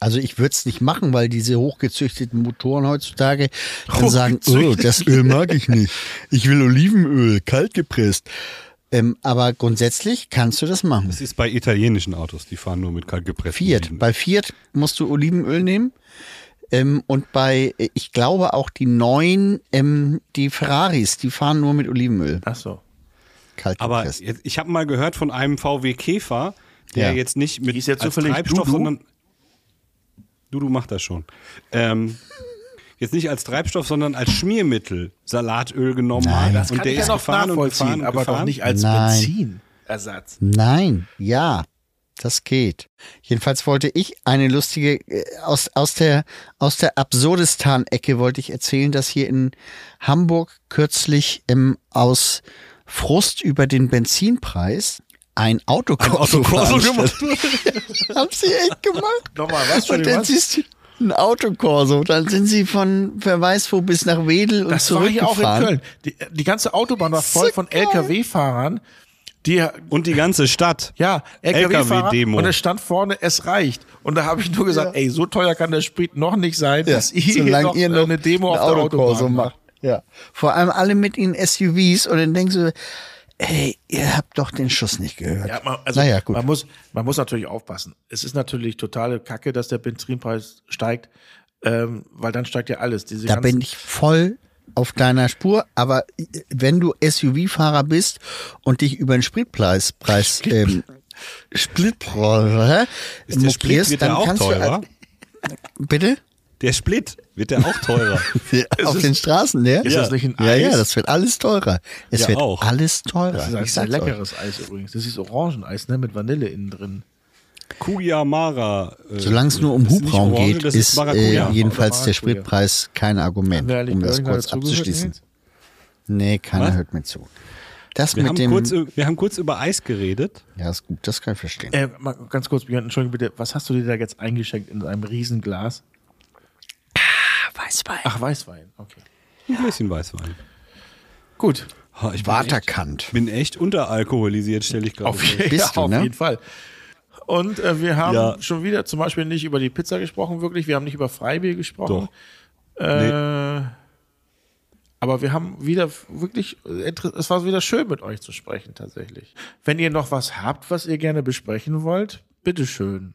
E: Also ich würde es nicht machen, weil diese hochgezüchteten Motoren heutzutage dann sagen,
C: Hochgezüchtet.
E: oh, das Öl mag ich nicht. Ich will Olivenöl, kalt gepresst. Ähm, aber grundsätzlich kannst du das machen.
D: Das ist bei italienischen Autos. Die fahren nur mit kaltgepressten.
E: Fiat.
D: Oliven.
E: Bei Fiat musst du Olivenöl nehmen. Ähm, und bei, äh, ich glaube auch die neuen, ähm, die Ferraris, die fahren nur mit Olivenöl,
C: Ach so.
E: kalt
D: Aber
E: gepresst.
D: jetzt, ich habe mal gehört von einem VW Käfer, der
E: Ja.
D: jetzt nicht mit
C: Hieß der
D: als
C: zufällig
D: Treibstoff,
C: Dudu?
D: sondern Dudu macht das schon. Ähm, jetzt nicht als Treibstoff, sondern als Schmiermittel Salatöl genommen hat und
C: Kann
D: der
C: ich
D: ist
C: ja noch
D: gefahren und
C: nachvollziehen,
D: gefahren und
C: aber
D: gefahren.
C: doch nicht als
E: Nein.
C: Benzinersatz.
E: Nein, ja, das geht. Jedenfalls wollte ich eine lustige, äh, aus, aus der, aus der Absurdistan-Ecke wollte ich erzählen, dass hier in Hamburg kürzlich ähm, aus Frust über den Benzinpreis ein Autokorso,
D: Autokorso
E: veranstaltet- Haben sie echt gemacht.
C: Nochmal, was?
E: Und
C: Entschuldigung,
E: dann
C: was?
E: siehst du ein Autokorso. Dann sind sie von, wer weiß wo, bis nach Wedel und
C: Das war hier
E: zurückgefahren.
C: auch in Köln. Die, die ganze Autobahn war voll von LKW-Fahrern, die
D: Und die ganze Stadt.
C: ja, LKW-Fahrer
D: LKW-Demo.
C: und es stand vorne, es reicht. Und da habe ich nur gesagt, ey, so teuer kann der Sprit noch nicht sein, dass ihr hier
E: solange
C: noch, äh, eine Demo auf der Autobahn macht. Ja.
E: Vor allem alle mit ihren SUVs und dann denkst du, ey, ihr habt doch den Schuss nicht gehört.
C: Ja, man, also
E: naja, gut.
C: Man, muss, man muss natürlich aufpassen. Es ist natürlich totale Kacke, dass der Benzinpreis steigt, ähm, weil dann steigt ja alles. Diese
E: da
C: ganzen-
E: bin ich voll auf deiner Spur, aber äh, wenn du SUV-Fahrer bist und dich über den Spritpreis Preis, ähm, Splitpreis
D: Ist der Split wird der auch teurer?
E: du bitte
D: Der Split wird der auch teurer.
E: auf den Straßen, ne?
C: Ist das nicht ein
E: ja, ja,
C: Eis?
E: das wird alles teurer. Es
D: Ja,
E: wird
D: auch.
E: alles teurer.
C: Das
E: Ich
C: ist ein
E: sag's
C: sehr
E: euch.
C: leckeres Eis übrigens. Das ist Orangeneis, ne? Mit Vanille innen drin.
D: Kuyamara. Äh,
E: Solange es nur um
D: das ist nicht
E: Hubraum
D: Orange,
E: geht,
D: das
E: ist äh,
D: Maracuja.
E: jedenfalls der
C: Oder Maracuja.
E: Spritpreis kein Argument,
C: Wer
E: um das
C: Lörlinger
E: kurz
C: dazugehört
E: abzuschließen.
C: jetzt?
E: Nee, keiner
D: Was?
E: hört mir zu. Das
D: wir,
E: mit
D: haben
E: dem.
D: kurz, ü- wir haben kurz über Eis geredet.
E: ja, ist gut, das kann ich verstehen.
C: Äh, mal ganz kurz, Björn, Entschuldigung bitte, was hast du dir da jetzt eingeschenkt in einem Riesenglas? Ah, Weißwein. Ach, Weißwein, okay.
D: Ein Gläschen Weißwein.
C: Gut.
D: Ha, Ich bin echt,
E: Waterkant.
D: bin echt unteralkoholisiert, stelle ich gerade
C: Auf,
D: fest.
E: bist
C: ja,
E: du,
C: auf
E: ne?
C: jeden Fall. Und äh, wir haben
D: Ja.
C: schon wieder zum Beispiel nicht über die Pizza gesprochen, wirklich. Wir haben nicht über Freibier gesprochen. Äh, Aber wir haben wieder wirklich, äh, inter- es war wieder schön mit euch zu sprechen, tatsächlich. Wenn ihr noch was habt, was ihr gerne besprechen wollt, bitteschön.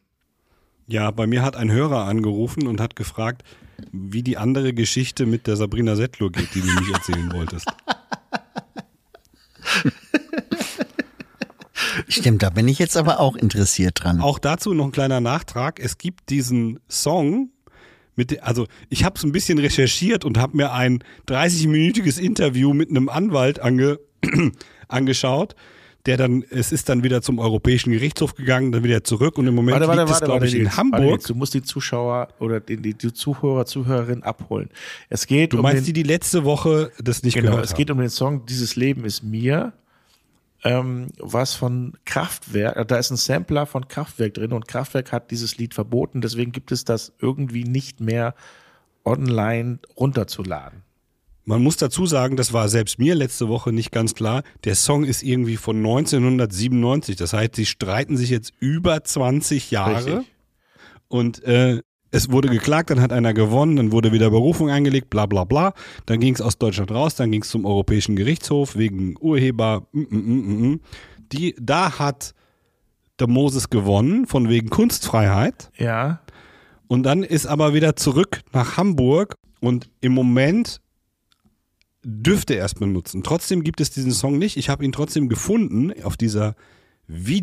D: Ja, bei mir hat ein Hörer angerufen und hat gefragt, wie die andere Geschichte mit der Sabrina Settler geht, die du nicht erzählen wolltest.
E: Stimmt, da bin ich jetzt aber auch interessiert dran.
D: Auch dazu noch ein kleiner Nachtrag. Es gibt diesen Song, mit, de- also ich habe es ein bisschen recherchiert und habe mir ein 30-minütiges Interview mit einem Anwalt ange, angeschaut. Der dann, es ist dann wieder zum Europäischen Gerichtshof gegangen, dann wieder zurück und im Moment liegt es, glaube ich, in
C: Nils, Warte,
D: Hamburg.
C: Nils, du musst die Zuschauer oder die, die, die Zuhörer, Zuhörerinnen abholen. Es geht
D: du
C: um
D: meinst
C: den,
D: die, die letzte Woche das nicht
C: Genau,
D: gehört
C: es
D: haben?
C: geht um den Song Dieses Leben ist mir, ähm, was von Kraftwerk, äh, da ist ein Sampler von Kraftwerk drin und Kraftwerk hat dieses Lied verboten, deswegen gibt es das irgendwie nicht mehr online runterzuladen.
D: Man muss dazu sagen, das war selbst mir letzte Woche nicht ganz klar. Der Song ist irgendwie von 1997. Das heißt, sie streiten sich jetzt über 20 Jahre. Und äh, es wurde geklagt, dann hat einer gewonnen, dann wurde wieder Berufung eingelegt, bla bla bla. Dann ging es aus Deutschland raus, dann ging es zum Europäischen Gerichtshof wegen Urheber. Mm, mm, mm, mm, mm. Die, da hat der Moses gewonnen, von wegen Kunstfreiheit.
C: Ja,
D: Und dann ist aber wieder zurück nach Hamburg und im Moment dürfte er es benutzen. Trotzdem gibt es diesen Song nicht. Ich habe ihn trotzdem gefunden auf dieser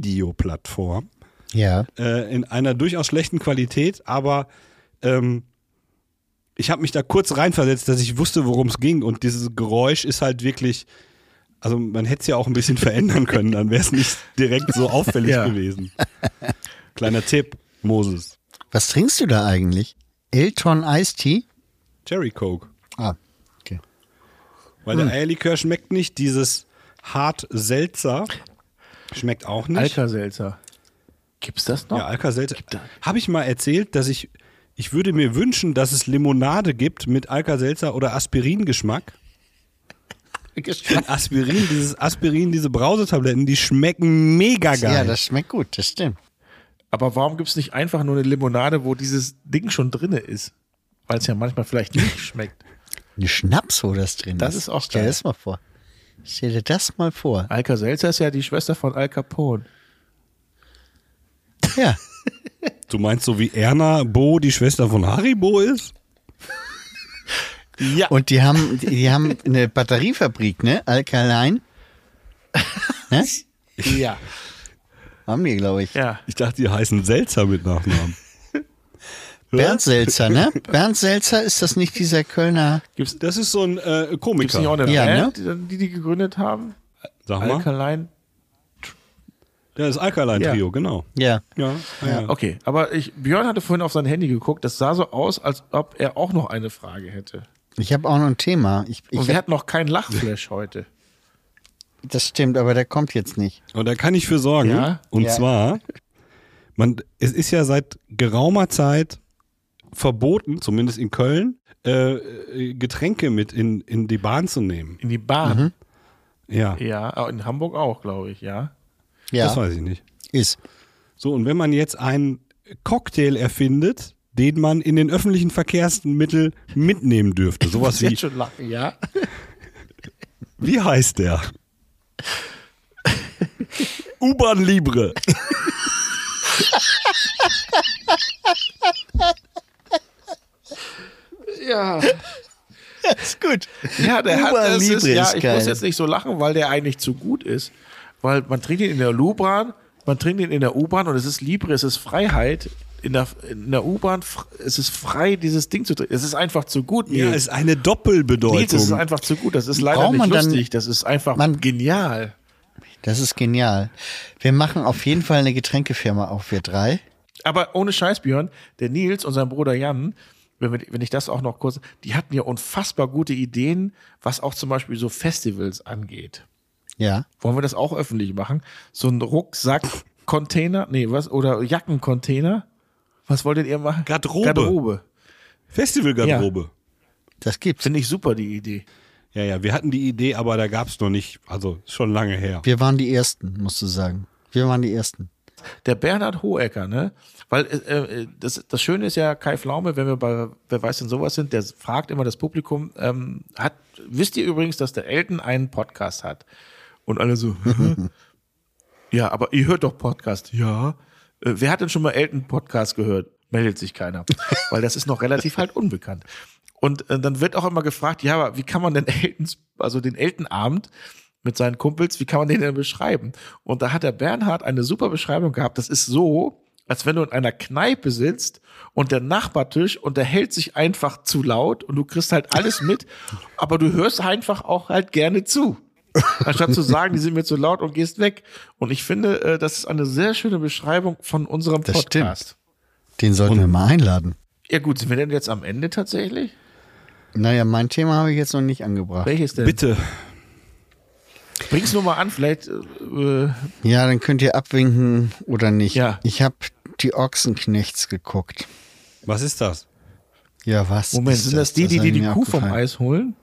D: Videoplattform
E: ja.
D: äh, in einer durchaus schlechten Qualität, aber ähm, ich habe mich da kurz reinversetzt, dass ich wusste, worum es ging und dieses Geräusch ist halt wirklich, also man hätte es ja auch ein bisschen verändern können, dann wäre es nicht direkt so auffällig
C: Ja.
D: gewesen. Kleiner Tipp, Moses.
E: Was trinkst du da eigentlich? Elton Eistee?
D: Cherry Coke.
E: Ah, okay.
D: Weil der Eierlikör schmeckt nicht, dieses hart Seltzer schmeckt auch nicht.
C: Alka-Selzer. Gibt's das noch?
D: ja, Alka-Seltzer. Habe ich mal erzählt, dass ich, ich würde mir wünschen, dass es Limonade gibt mit Alka-Seltzer oder Aspirin-Geschmack. Denn Aspirin, dieses Aspirin, diese Brausetabletten, die schmecken mega
E: Ja,
D: geil.
E: das schmeckt gut, das stimmt.
C: Aber warum gibt's nicht einfach nur eine Limonade, wo dieses Ding schon drinne ist? Weil es ja manchmal vielleicht nicht schmeckt.
E: Eine Schnaps, wo das drin
C: Das
E: ist.
C: ist auch
E: Stell
C: geil.
E: das mal vor. Stell dir das mal vor.
C: Alka-Selzer ist ja die Schwester von Al Capone.
E: Ja.
D: du meinst so wie Erna Bo die Schwester von Haribo ist?
C: Ja.
E: Und die haben, die haben eine Batteriefabrik, ne? Alkaline. ne?
C: ja.
E: Haben die, glaube ich.
C: Ja.
D: Ich dachte, die heißen Seltzer mit Nachnamen.
E: Bernd Selzer, ne? Bernd Selzer, ist das nicht dieser Kölner?
D: Das ist so ein äh,
C: Gibt es nicht auch
D: Komiker.
C: eine
E: Ja, ne?
C: Band, die- die die gegründet haben?
D: Sag mal.
C: Alkaline.
D: Ja, das Alkaline-Trio, genau.
E: Ja.
D: Ja, ja.
C: Okay, aber ich, Björn hatte vorhin auf sein Handy geguckt. Das sah so aus, als ob er auch noch eine Frage hätte.
E: Ich habe auch noch ein Thema. Ich, ich
C: Und wir hatten noch keinen Lachflash heute.
E: das stimmt, aber der kommt jetzt nicht.
D: Und da kann ich für sorgen.
C: Ja?
D: Und
E: Ja.
D: zwar, man, es ist ja seit geraumer Zeit verboten, zumindest in Köln, äh, äh, Getränke mit in, in die Bahn zu nehmen.
C: In die Bahn.
D: Ja,
C: Ja, aber in Hamburg auch, glaube ich, ja.
E: Ja,
D: das weiß ich nicht.
E: ist.
D: So, und wenn man jetzt einen Cocktail erfindet, den man in den öffentlichen Verkehrsmittel mitnehmen dürfte. Sowas wie,
C: Jetzt schon lachen, ja.
D: wie heißt der? U-Bahn Libre.
C: Ja.
E: Ist gut.
C: Ja, der hat
E: Uber
C: das ist,
E: Libre
C: ja,
E: ist
C: ich
E: geil.
C: muss jetzt nicht so lachen, weil der eigentlich zu gut ist. Weil man trinkt ihn in der Lu-Bahn, man trinkt ihn in der U-Bahn und es ist Libre, es ist Freiheit. In der, in der U-Bahn, fr- es ist frei, dieses Ding zu trinken. Es ist einfach zu gut.
D: Ja,
C: Nils.
D: ist eine
C: Nils, es ist
D: Doppelbedeutung.
C: einfach zu gut. Das ist leider
E: Braucht
C: nicht
E: man dann-
C: lustig. Das ist einfach
E: Man-
C: genial.
E: Das ist genial. Wir machen auf jeden Fall eine Getränkefirma auf, wir drei.
C: Aber ohne Scheiß, Björn, der Nils und sein Bruder Jan, wenn, wir, wenn ich das auch noch kurz, die hatten ja unfassbar gute Ideen, was auch zum Beispiel so Festivals angeht.
E: Ja.
C: Wollen wir das auch öffentlich machen? So ein Rucksack-Container? Nee, was? Oder Jackencontainer? Was wolltet ihr machen?
D: Garderobe.
C: Garderobe.
D: Festivalgarderobe.
E: Das gibt's.
C: Finde ich super, die Idee.
D: Ja. ja, wir hatten die Idee, aber da gab es noch nicht. Also ist schon lange her.
E: Wir waren die Ersten, musst du sagen. Wir waren die Ersten.
C: Der Bernhard Hohecker, ne? Weil äh, äh, das, das Schöne ist ja, Kai Flaume, wenn wir bei Wer weiß denn sowas sind, der fragt immer das Publikum, ähm, hat, wisst ihr übrigens, dass der Elton einen Podcast hat? Und alle so, hä? ja, aber ihr hört doch Podcast. Ja. Äh, wer hat denn schon mal Elton Podcast gehört? Meldet sich keiner. Weil das ist noch relativ halt unbekannt. Und äh, dann wird auch immer gefragt, ja, aber wie kann man denn Eltons, also den Eltenabend mit seinen Kumpels, wie kann man den denn beschreiben? Und da hat der Bernhard eine super Beschreibung gehabt. Das ist so, als wenn du in einer Kneipe sitzt und der Nachbartisch unterhält sich einfach zu laut und du kriegst halt alles mit, aber du hörst einfach auch halt gerne zu. Anstatt zu sagen, die sind mir zu laut und gehst weg. Und ich finde, äh, das ist eine sehr schöne Beschreibung von unserem
E: Das stimmt.
C: Podcast.
E: Den sollten wir mal einladen.
C: Ja gut, sind wir denn jetzt am Ende tatsächlich?
E: Naja, mein Thema habe ich jetzt noch nicht angebracht.
C: Welches denn?
D: Bitte.
C: Bring's nur mal an, vielleicht. Äh,
E: Ja, dann könnt ihr abwinken oder nicht.
C: Ja.
E: Ich habe die Ochsenknechts geguckt.
D: Was ist das?
E: Ja, was?
C: Moment,
E: ist
C: sind das die, die die,
E: hat
C: die
E: mir
C: Kuh vom
E: abgefallen.
C: Eis holen?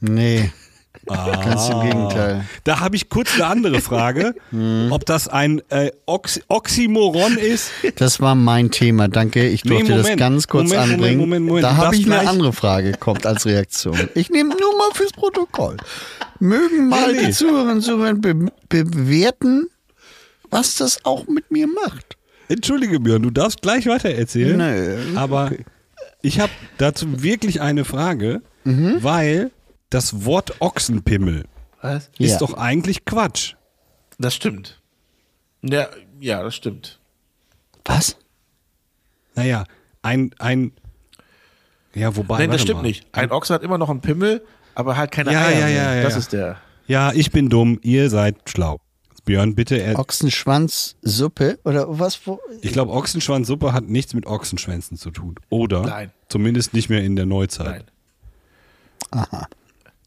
E: Nee. Ganz im Gegenteil.
D: Da habe ich kurz eine andere Frage,
E: Mhm.
D: ob das ein äh, Oxy Oxymoron ist.
E: Das war mein Thema, danke. Ich
D: Nee,
E: durfte das
D: Moment.
E: ganz kurz
D: Moment, Moment,
E: anbringen.
D: Moment, Moment.
E: Da
D: Du
E: habe
D: darfst
E: ich eine
D: gleich-
E: andere Frage, kommt als Reaktion. Ich nehme nur mal fürs Protokoll. Mögen mal
D: Nee, nee.
E: die Zuhörerinnen und Zuhörer be bewerten, was das auch mit mir macht.
D: Entschuldige, Björn, du darfst gleich weiter erzählen.
E: Nö.
D: Aber ich habe dazu wirklich eine Frage,
E: Mhm.
D: weil das Wort Ochsenpimmel
C: Was?
E: Ja.
D: ist doch eigentlich Quatsch.
C: Das stimmt. Ja, ja, das stimmt.
E: Was?
D: Naja, ein, ein, ja, wobei.
C: Nein, das
D: warte
C: stimmt
D: mal.
C: nicht. Ein Ochse hat immer noch einen Pimmel, aber halt keine
D: Ja,
C: Eier.
D: ja, ja,
C: mehr.
D: ja,
C: das
D: ja.
C: ist der.
D: Ja, ich bin dumm, ihr seid schlau. Björn, bitte. Er,
E: Ochsenschwanzsuppe oder was? Wo?
D: ich glaube, Ochsenschwanzsuppe hat nichts mit Ochsenschwänzen zu tun. Oder?
C: Nein.
D: Zumindest nicht mehr in der Neuzeit.
C: Nein.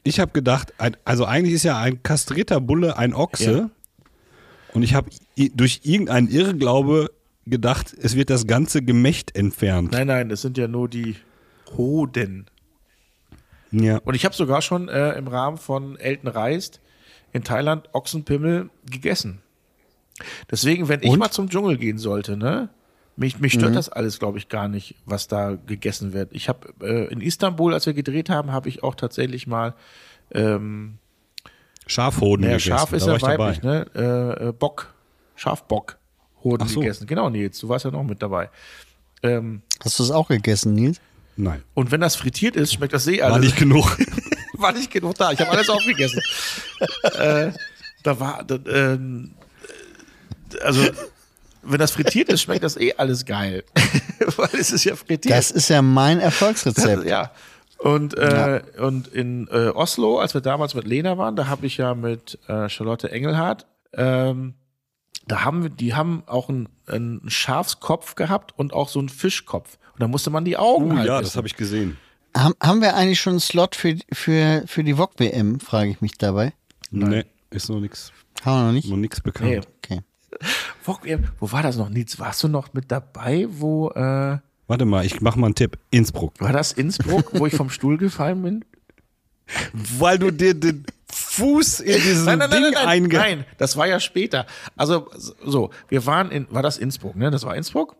D: Ich habe gedacht, ein, also eigentlich ist ja ein kastrierter Bulle ein Ochse.
C: Ja.
D: Und ich habe i- durch irgendeinen Irrglaube gedacht, es wird das ganze Gemächt entfernt.
C: Nein, nein, das sind ja nur die Hoden.
D: Ja.
C: Und ich habe sogar schon äh, im Rahmen von Elton Reist in Thailand Ochsenpimmel gegessen. Deswegen, wenn ich
E: Und?
C: mal zum Dschungel gehen sollte, ne? Mich, mich
D: Mhm.
C: stört das alles, glaube ich, gar nicht, was da gegessen wird. Ich habe äh, in Istanbul, als wir gedreht haben, habe ich auch tatsächlich mal, ähm,
D: Schafhoden
C: naja,
D: gegessen.
C: Schaf ist
D: da war
C: ja
D: ich dabei.
C: weiblich, ne? Äh, äh, Bock, Schafbock, Hoden
D: Ach so.
C: gegessen. Genau, Nils, du warst ja noch mit dabei. Ähm,
E: Hast du es auch gegessen, Nils?
D: Nein.
C: und wenn das frittiert ist, schmeckt das eh
D: War
C: alles.
D: nicht genug.
C: war nicht genug da. Ich habe alles aufgegessen. äh, da war, da, ähm, äh, also wenn das frittiert ist, schmeckt das eh alles geil, weil es ist ja frittiert.
E: Das ist ja mein Erfolgsrezept.
C: ja. Und, äh, und in äh, Oslo, als wir damals mit Lena waren, da habe ich ja mit äh, Charlotte Engelhardt, ähm, da haben wir, die haben auch einen, einen Schafskopf gehabt und auch so einen Fischkopf. Und da musste man die Augen
D: Oh
C: halt
D: ja,
C: essen.
D: das habe ich gesehen.
E: Haben, haben wir eigentlich schon einen Slot für, für, für die VOG-WM, frage ich mich dabei.
D: Nee, ist noch nichts
E: Haben wir noch nicht?
D: noch nix bekannt.
C: Nee.
E: Okay.
C: Fuck, ey, Wo war das noch? Nils, warst du noch mit dabei, wo äh,
D: Warte mal, ich mache mal einen Tipp. Innsbruck.
C: War das Innsbruck, wo ich vom Stuhl gefallen bin?
D: Weil du dir den Fuß in dieses
C: nein, nein, das war ja später. Also so, wir waren in, war das Innsbruck, ne? Das war Innsbruck?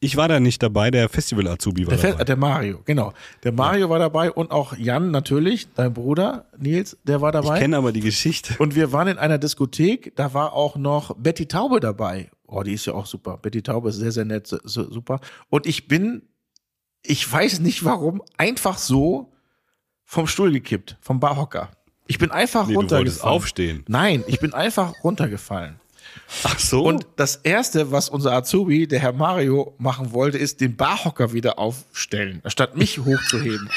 D: Ich war da nicht dabei, der Festival-Azubi war
C: Der, Fel-
D: dabei.
C: äh, der Mario, genau. Der Mario war dabei und auch Jan natürlich, dein Bruder Nils, der war
D: ich
C: dabei.
D: kenne aber die Geschichte.
C: Und wir waren in einer Diskothek, da war auch noch Betty Taube dabei. Oh, die ist ja auch super. Betty Taube ist sehr, sehr nett, so- so, super. Und ich bin, ich weiß nicht warum, einfach so vom Stuhl gekippt, vom Barhocker. Ich bin einfach
D: Nee, du wolltest
C: runtergefallen.
D: aufstehen. Oh.
C: Nein, ich bin einfach runtergefallen.
D: Ach so.
C: Und das erste, was unser Azubi, der Herr Mario, machen wollte, ist den Barhocker wieder aufstellen, statt mich hochzuheben.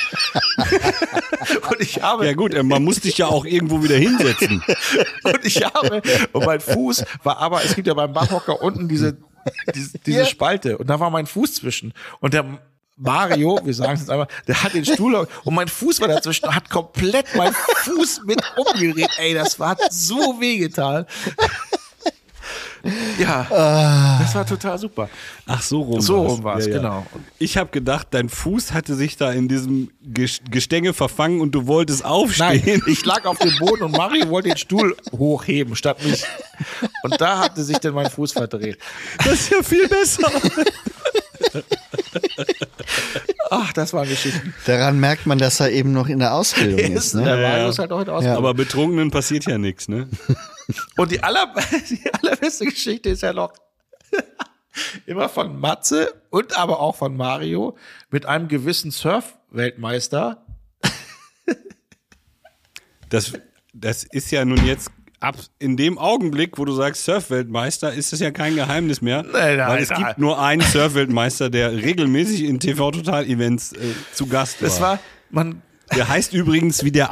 C: und ich habe
D: ja gut, äh, man muss dich ja auch irgendwo wieder hinsetzen.
C: und ich habe und mein Fuß war aber es gibt ja beim Barhocker unten diese diese, diese Spalte und da war mein Fuß zwischen und der Mario, wir sagen es jetzt einmal, der hat den Stuhl und mein Fuß war dazwischen und hat komplett meinen Fuß mit umgedreht. Ey, das war hat so wehgetan. Ja, das war total super.
D: Ach so rum.
C: So
D: war's.
C: rum war's, genau.
D: Ich habe gedacht, dein Fuß hatte sich da in diesem Ges- Gestänge verfangen und du wolltest aufstehen.
C: Nein, ich lag auf dem Boden und Mario wollte den Stuhl hochheben statt mich. Und da hatte sich dann mein Fuß verdreht.
D: Das ist ja viel besser.
C: Ach, das waren Geschichten.
E: Daran merkt man, dass er eben noch in der Ausbildung ist. Ne?
C: Der
D: Ja,
C: Mario
D: ja.
C: ist halt auch in der Ausbildung.
D: Aber Betrunkenen passiert ja nichts, ne?
C: Und die, aller, die allerbeste Geschichte ist ja noch immer von Matze und aber auch von Mario mit einem gewissen Surf-Weltmeister.
D: Das, das ist ja nun jetzt ab in dem Augenblick, wo du sagst Surfweltmeister, ist das ja kein Geheimnis mehr,
C: Nein, nein,
D: weil es
C: nein.
D: gibt nur einen Surfweltmeister, der regelmäßig in TV Total Events äh, zu Gast war.
C: Das war, man,
D: Der heißt übrigens wie der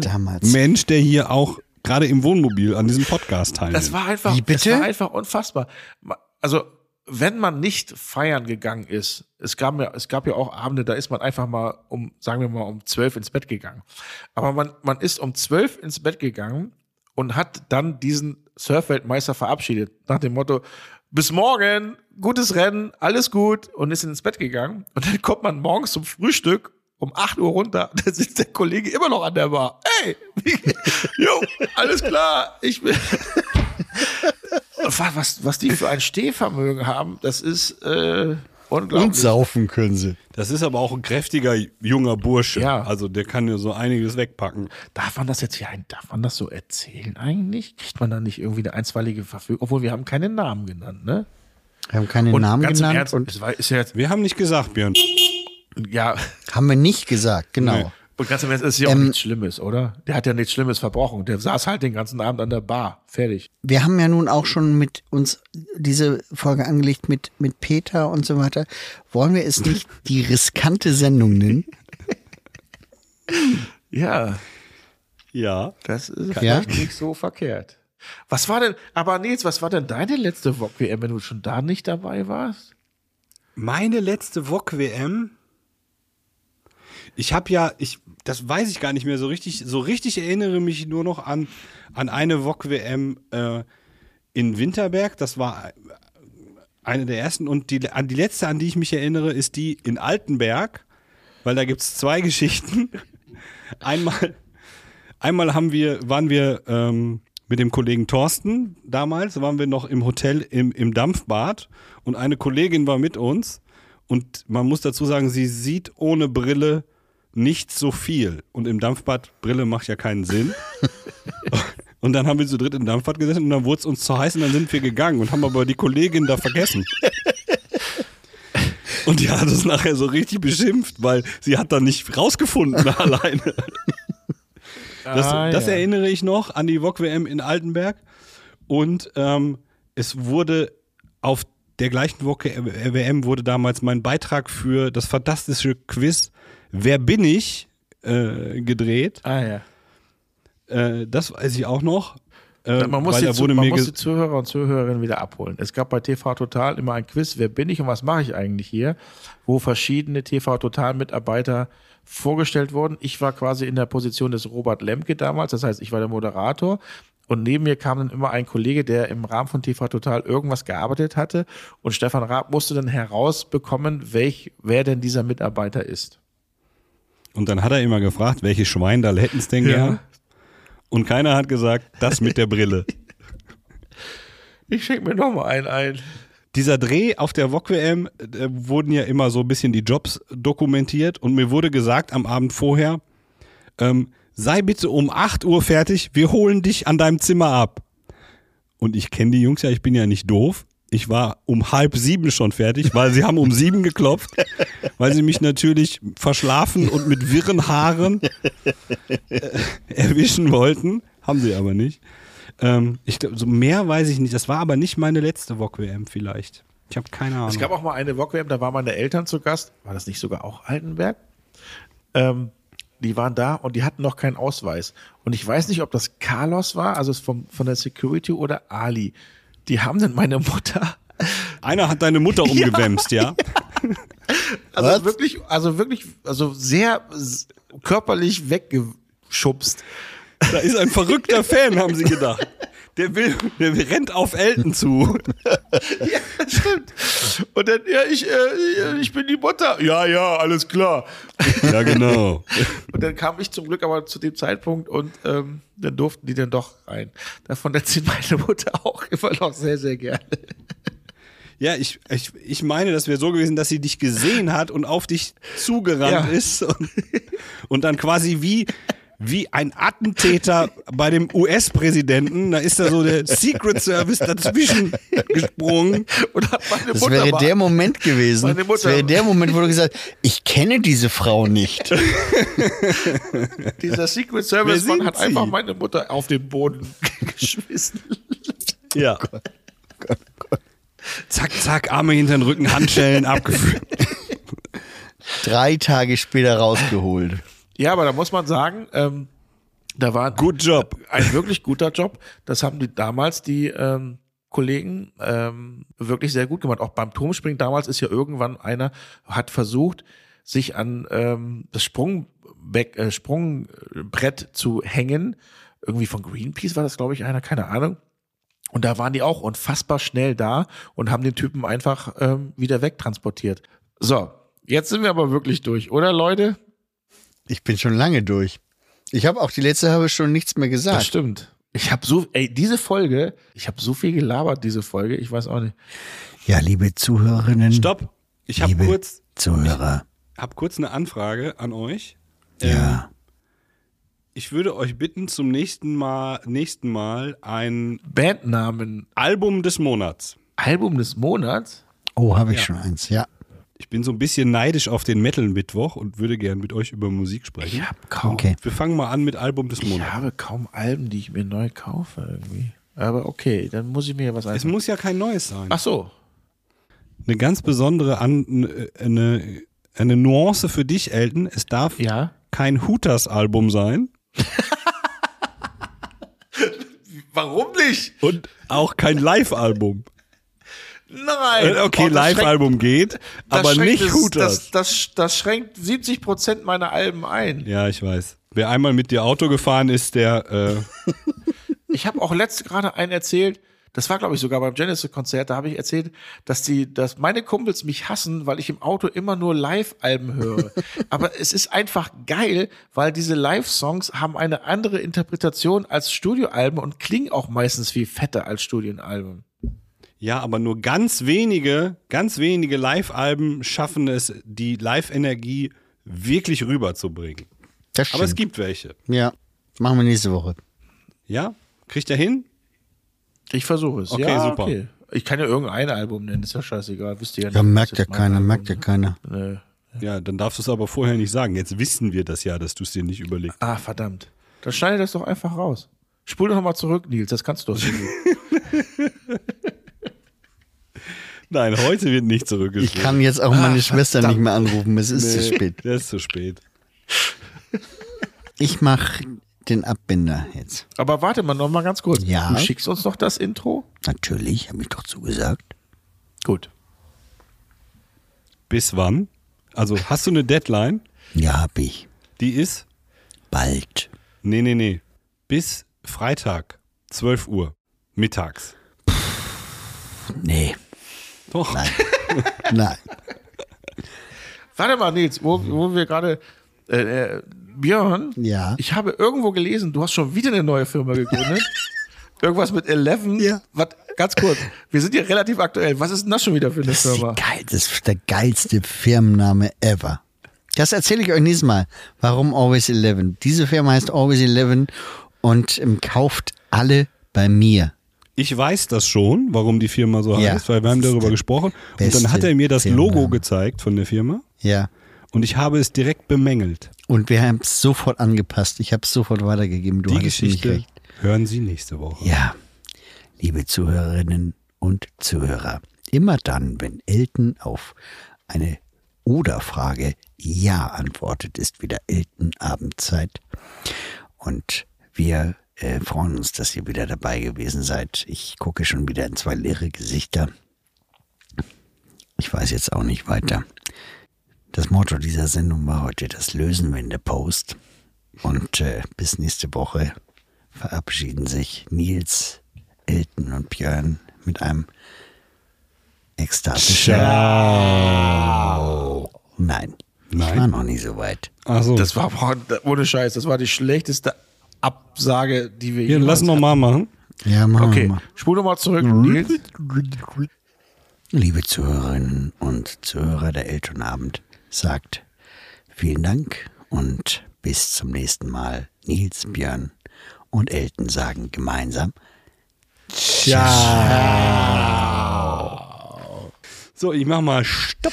E: Ach, damals.
D: Mensch, der hier auch gerade im Wohnmobil an diesem Podcast teilnimmt.
C: das war einfach,
E: Wie bitte?
C: Das war einfach unfassbar. Ma- Also, wenn man nicht feiern gegangen ist, es gab ja, es gab ja auch Abende, da ist man einfach mal um, sagen wir mal, um zwölf ins Bett gegangen. Aber man, man ist um zwölf ins Bett gegangen und hat dann diesen Surfweltmeister verabschiedet. Nach dem Motto, bis morgen, gutes Rennen, alles gut und ist ins Bett gegangen. Und dann kommt man morgens zum Frühstück um 8 Uhr runter. Da sitzt der Kollege immer noch an der Bar. Ey, wie- jo, alles klar, ich bin. Was, was, was die für ein Stehvermögen haben, das ist äh, unglaublich.
E: Und saufen können sie.
D: Das ist aber auch ein kräftiger junger Bursche.
C: Ja.
D: Also der kann ja so einiges wegpacken.
C: Darf man das jetzt hier ein, darf man das so erzählen eigentlich? Kriegt man da nicht irgendwie eine einstweilige Verfügung? Obwohl wir haben keinen Namen genannt, ne?
E: Wir haben keinen Namen
C: ganz
E: genannt
C: im Ernst,
E: und
C: es war, ist ja jetzt,
D: Wir haben nicht gesagt, Björn.
C: ja,
E: haben wir nicht gesagt, genau.
D: Nee.
C: und ganz im Ernst, es ist ja
E: Ähm,
C: auch nichts Schlimmes, oder? Der hat ja nichts Schlimmes verbrochen. Der saß halt den ganzen Abend an der Bar. Fertig.
E: Wir haben ja nun auch schon mit uns diese Folge angelegt mit, mit Peter und so weiter. Wollen wir es nicht die riskante Sendung nennen?
C: Ja,
D: Ja.
C: das ist
E: Ja?
C: vielleicht nicht so verkehrt. Was war denn, aber Nils, was war denn deine letzte WOC-WM, wenn du schon da nicht dabei warst?
D: Meine letzte VOG-WM. Ich habe ja, ich, das weiß ich gar nicht mehr so richtig. So richtig erinnere mich nur noch an, an eine VOG-WM äh, in Winterberg. Das war äh, eine der ersten. Und die, an die letzte, an die ich mich erinnere, ist die in Altenberg. Weil da gibt es zwei Geschichten. Einmal, einmal haben wir, waren wir ähm, mit dem Kollegen Thorsten damals, waren wir noch im Hotel im, im Dampfbad und eine Kollegin war mit uns und man muss dazu sagen, sie sieht ohne Brille nicht so viel. Und im Dampfbad, Brille macht ja keinen Sinn. Und dann haben wir zu dritt im Dampfbad gesessen und dann wurde es uns zu heiß und dann sind wir gegangen und haben aber die Kollegin da vergessen. Und die hat uns nachher so richtig beschimpft, weil sie hat da nicht rausgefunden alleine. Das,
C: Ah,
D: das
C: ja.
D: erinnere ich noch an die VOG-WM in Altenberg. Und ähm, es wurde auf der gleichen VOG-WM wurde damals mein Beitrag für das fantastische Quiz Wer bin ich? Äh, gedreht.
C: Ah ja.
D: Äh, das weiß ich auch noch. Äh,
C: Man muss,
D: weil
C: die,
D: da
C: Zu-
D: wurde
C: man
D: mir
C: muss
D: ges-
C: die Zuhörer und Zuhörerinnen wieder abholen. Es gab bei TV Total immer ein Quiz, wer bin ich und was mache ich eigentlich hier, wo verschiedene TV Total Mitarbeiter vorgestellt wurden. Ich war quasi in der Position des Robert Lemke damals, das heißt, ich war der Moderator und neben mir kam dann immer ein Kollege, der im Rahmen von TV Total irgendwas gearbeitet hatte und Stefan Raab musste dann herausbekommen, welch, wer denn dieser Mitarbeiter ist.
D: Und dann hat er immer gefragt, welche Schweindall hätten es denn
C: Ja.
D: gern? Und keiner hat gesagt, das mit der Brille.
C: Ich schenke mir nochmal einen ein.
D: dieser Dreh auf der VOG WM äh, wurden ja immer so ein bisschen die Jobs dokumentiert und mir wurde gesagt am Abend vorher, ähm, sei bitte um 8 Uhr fertig, wir holen dich an deinem Zimmer ab. Und ich kenne die Jungs ja, ich bin ja nicht doof. Ich war um halb sieben schon fertig, weil sie haben um sieben geklopft, weil sie mich natürlich verschlafen und mit wirren Haaren äh, erwischen wollten. Haben sie aber nicht. Ähm, ich glaub, so mehr weiß ich nicht. Das war aber nicht meine letzte VOG-WM vielleicht. Ich habe keine Ahnung.
C: Es gab auch mal eine Wok-WM, da waren meine Eltern zu Gast. War das nicht sogar auch Altenberg? Ähm, die waren da und die hatten noch keinen Ausweis. Und ich weiß nicht, ob das Carlos war, also vom, von der Security oder Ali. Die haben dann meine Mutter,
D: Einer hat deine Mutter umgewämst, ja?
C: also
E: Was?
C: wirklich, also wirklich, also sehr s- körperlich weggeschubst.
D: Da ist ein verrückter Fan, haben sie gedacht. Der, will, der rennt auf Elton zu.
C: Ja, stimmt. Und dann, ja, ich, äh, ich bin die Mutter. Ja, ja, alles klar.
D: Ja, genau.
C: Und dann kam ich zum Glück aber zu dem Zeitpunkt und ähm, dann durften die dann doch rein. Davon erzählt meine Mutter auch immer noch sehr, sehr gerne.
D: Ja, ich, ich, ich meine, das wäre so gewesen, dass sie dich gesehen hat und auf dich zugerannt
C: Ja.
D: ist und, und dann quasi wie, wie ein Attentäter bei dem US-Präsidenten, da ist da so der Secret Service dazwischen gesprungen.
C: Und hat meine
E: Das
C: Mutter
E: wäre
C: mal-
E: der Moment gewesen.
C: Meine
E: Das
C: Mutter-
E: wäre der Moment, wo du gesagt hast, ich kenne diese Frau nicht.
C: dieser Secret
D: Wer
C: Service
D: sind
C: Mann hat
D: Sie?
C: einfach meine Mutter auf den Boden geschmissen.
D: Ja. Zack, zack, Arme hinter den Rücken, Handschellen abgeführt.
E: Drei Tage später rausgeholt.
C: Ja, aber da muss man sagen, ähm, da war
D: Good job.
C: ein wirklich guter Job. Das haben die damals die ähm, Kollegen ähm, wirklich sehr gut gemacht. Auch beim Turmspringen damals ist ja irgendwann einer hat versucht, sich an ähm, das Sprungbeck, äh, Sprungbrett zu hängen. Irgendwie von Greenpeace war das, glaube ich, einer, keine Ahnung. Und da waren die auch unfassbar schnell da und haben den Typen einfach ähm, wieder wegtransportiert. So, jetzt sind wir aber wirklich durch, oder Leute?
E: Ich bin schon lange durch. Ich habe auch die letzte halbe Stunde nichts mehr
C: Das
E: gesagt.
C: stimmt. Ich habe so, ey, diese Folge, ich habe so viel gelabert, diese Folge, ich weiß auch nicht.
E: Ja, liebe Zuhörerinnen,
D: Stopp. Ich habe
E: Liebe.
D: kurz,
E: Zuhörer.
D: hab kurz eine Anfrage an euch. Ähm,
E: Ja.
D: ich würde euch bitten, zum nächsten Mal, nächsten Mal ein
C: Bandnamen,
D: Album des Monats.
C: Album des Monats.
E: Oh, habe ich schon eins. Ja.
D: Ich bin so ein bisschen neidisch auf den Metal-Mittwoch und würde gern mit euch über Musik sprechen.
C: Ich habe kaum,
E: Okay.
D: Wir fangen mal an mit Album des
C: ich
D: Monats.
C: habe kaum Alben, die ich mir neu kaufe irgendwie. Aber okay, dann muss ich mir ja was
D: Es
C: einfallen.
D: muss ja kein neues sein.
C: Ach so,
D: Eine ganz besondere an, eine, eine Nuance für dich, Elton. Es darf
C: ja.
D: kein Hooters-Album sein
C: Warum nicht?
D: und auch kein Live-Album.
C: Nein.
D: Äh, Okay,
C: Oh, das
D: Live-Album geht,
C: schränkt- das
D: aber
C: schränkt
D: nicht
C: es-
D: Hooters.
C: Das, das, das schränkt 70 Prozent meiner Alben ein.
D: Ja, ich weiß. Wer einmal mit dir Auto gefahren ist, der. Äh,
C: Ich habe auch letzte gerade einen erzählt, das war, glaube ich, sogar beim Genesis-Konzert, da habe ich erzählt, dass die, dass meine Kumpels mich hassen, weil ich im Auto immer nur Live-Alben höre. Aber es ist einfach geil, weil diese Live-Songs haben eine andere Interpretation als Studioalben und klingen auch meistens viel fetter als Studienalben.
D: ja, aber nur ganz wenige, ganz wenige Live-Alben schaffen es, die Live-Energie wirklich rüberzubringen.
E: Das
D: Aber es
E: stimmt.
D: gibt welche.
E: Ja. Machen wir nächste Woche.
D: Ja? Kriegt er hin?
C: Ich versuche es.
D: Okay,
C: ja,
D: super.
C: Okay. Ich kann ja irgendein Album nennen, ist ja scheißegal, wüsste ja nicht.
E: Ja, merkt
C: was
E: ja
C: jetzt mein
E: keiner,
C: Album
E: merkt ja
C: ist.
E: keiner.
C: Nö.
D: Ja, dann darfst du es aber vorher nicht sagen. Jetzt wissen wir das ja, dass du es dir nicht überlegst.
C: Ah, verdammt. Dann schneide das doch einfach raus. Spul doch mal zurück, Nils, das kannst du doch nicht.
D: Nein, heute wird nicht
E: Ich
D: zurückgeschickt.
E: kann jetzt auch
D: Ah,
E: meine Schwester nicht mehr anrufen, es ist zu spät.
D: Das ist zu spät.
E: Ich mache den Abbinder jetzt.
C: Aber warte mal noch mal ganz kurz.
E: Ja.
C: Du schickst uns noch das Intro?
E: Natürlich, habe ich doch zugesagt.
C: Gut.
D: Bis wann? Also, hast du eine Deadline?
E: Ja, habe ich.
D: Die ist.
E: Bald.
D: Nee, nee, nee. Bis Freitag, 12 Uhr, mittags.
E: Nee,
D: Doch.
E: nein.
C: Warte mal, Nils, wo, wo wir gerade äh, äh, Björn,
E: Ja.
C: ich habe irgendwo gelesen, du hast schon wieder eine neue Firma gegründet. Irgendwas mit 11,
E: Ja.
C: was ganz kurz. Wir sind hier relativ aktuell. Was ist denn das schon wieder für eine
E: Das ist,
C: Firma?
E: die geil, das ist der geilste Firmenname ever. Das erzähle ich euch nächstes Mal, warum Always 11. Diese Firma heißt Always 11 und ähm, kauft alle bei mir.
D: Ich weiß das schon, warum die Firma so
E: Ja.
D: heißt, weil wir haben darüber gesprochen. Und
E: beste
D: dann hat er mir das
E: Firma.
D: Logo gezeigt von der Firma
E: Ja.
D: und ich habe es direkt bemängelt.
E: Und wir haben es sofort angepasst. Ich habe es sofort weitergegeben. Du
D: Die
E: hattest nämlich
D: Geschichte
E: recht.
D: hören Sie nächste Woche.
E: Ja, liebe Zuhörerinnen und Zuhörer, immer dann, wenn Elton auf eine Oder-Frage Ja antwortet, ist wieder Elton Abendzeit. Und wir äh, freuen uns, dass ihr wieder dabei gewesen seid. Ich gucke schon wieder in zwei leere Gesichter. Ich weiß jetzt auch nicht weiter. Das Motto dieser Sendung war heute, das lösen wir in der Post. Und äh, bis nächste Woche verabschieden sich Nils, Elton und Björn mit einem ekstatischen Nein,
D: Nein?
E: ich war noch nie so weit.
D: Achso,
C: Das war, boah, ohne Scheiß, das war die schlechteste Absage, die wir
D: hier,
C: jemals
D: lass nochmal machen.
E: Ja, Mann.
C: Okay, spul nochmal zurück. Nils.
E: Liebe Zuhörerinnen und Zuhörer der Elternabend sagt vielen Dank und bis zum nächsten Mal. Nils, Björn und Elton sagen gemeinsam
D: So, ich mach mal Stopp.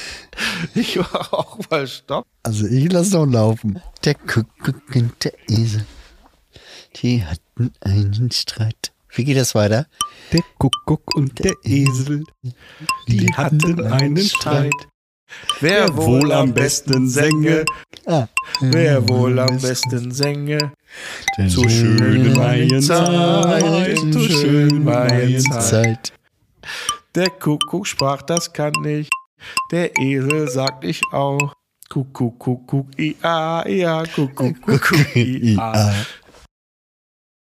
C: Ich war auch mal stopp.
E: Also ich lasse doch laufen. Der Kuckuck und der Esel, die hatten einen Streit. Wie geht das weiter?
D: Der Kuckuck und der Esel, die hatten einen Streit.
C: Wer wohl am besten sänge,
E: Ah.
C: wer wohl am besten sänge.
D: Zur schönen Maienzeit,
C: Zeit,
D: zur schönen Maienzeit.
E: Zeit.
C: Der Kuckuck sprach, das kann ich. Der Esel sagt ich auch. E, Kuckuck, Kuckuck, ia, ia, Kuckuck, Kuckuck, ia.
E: Ja.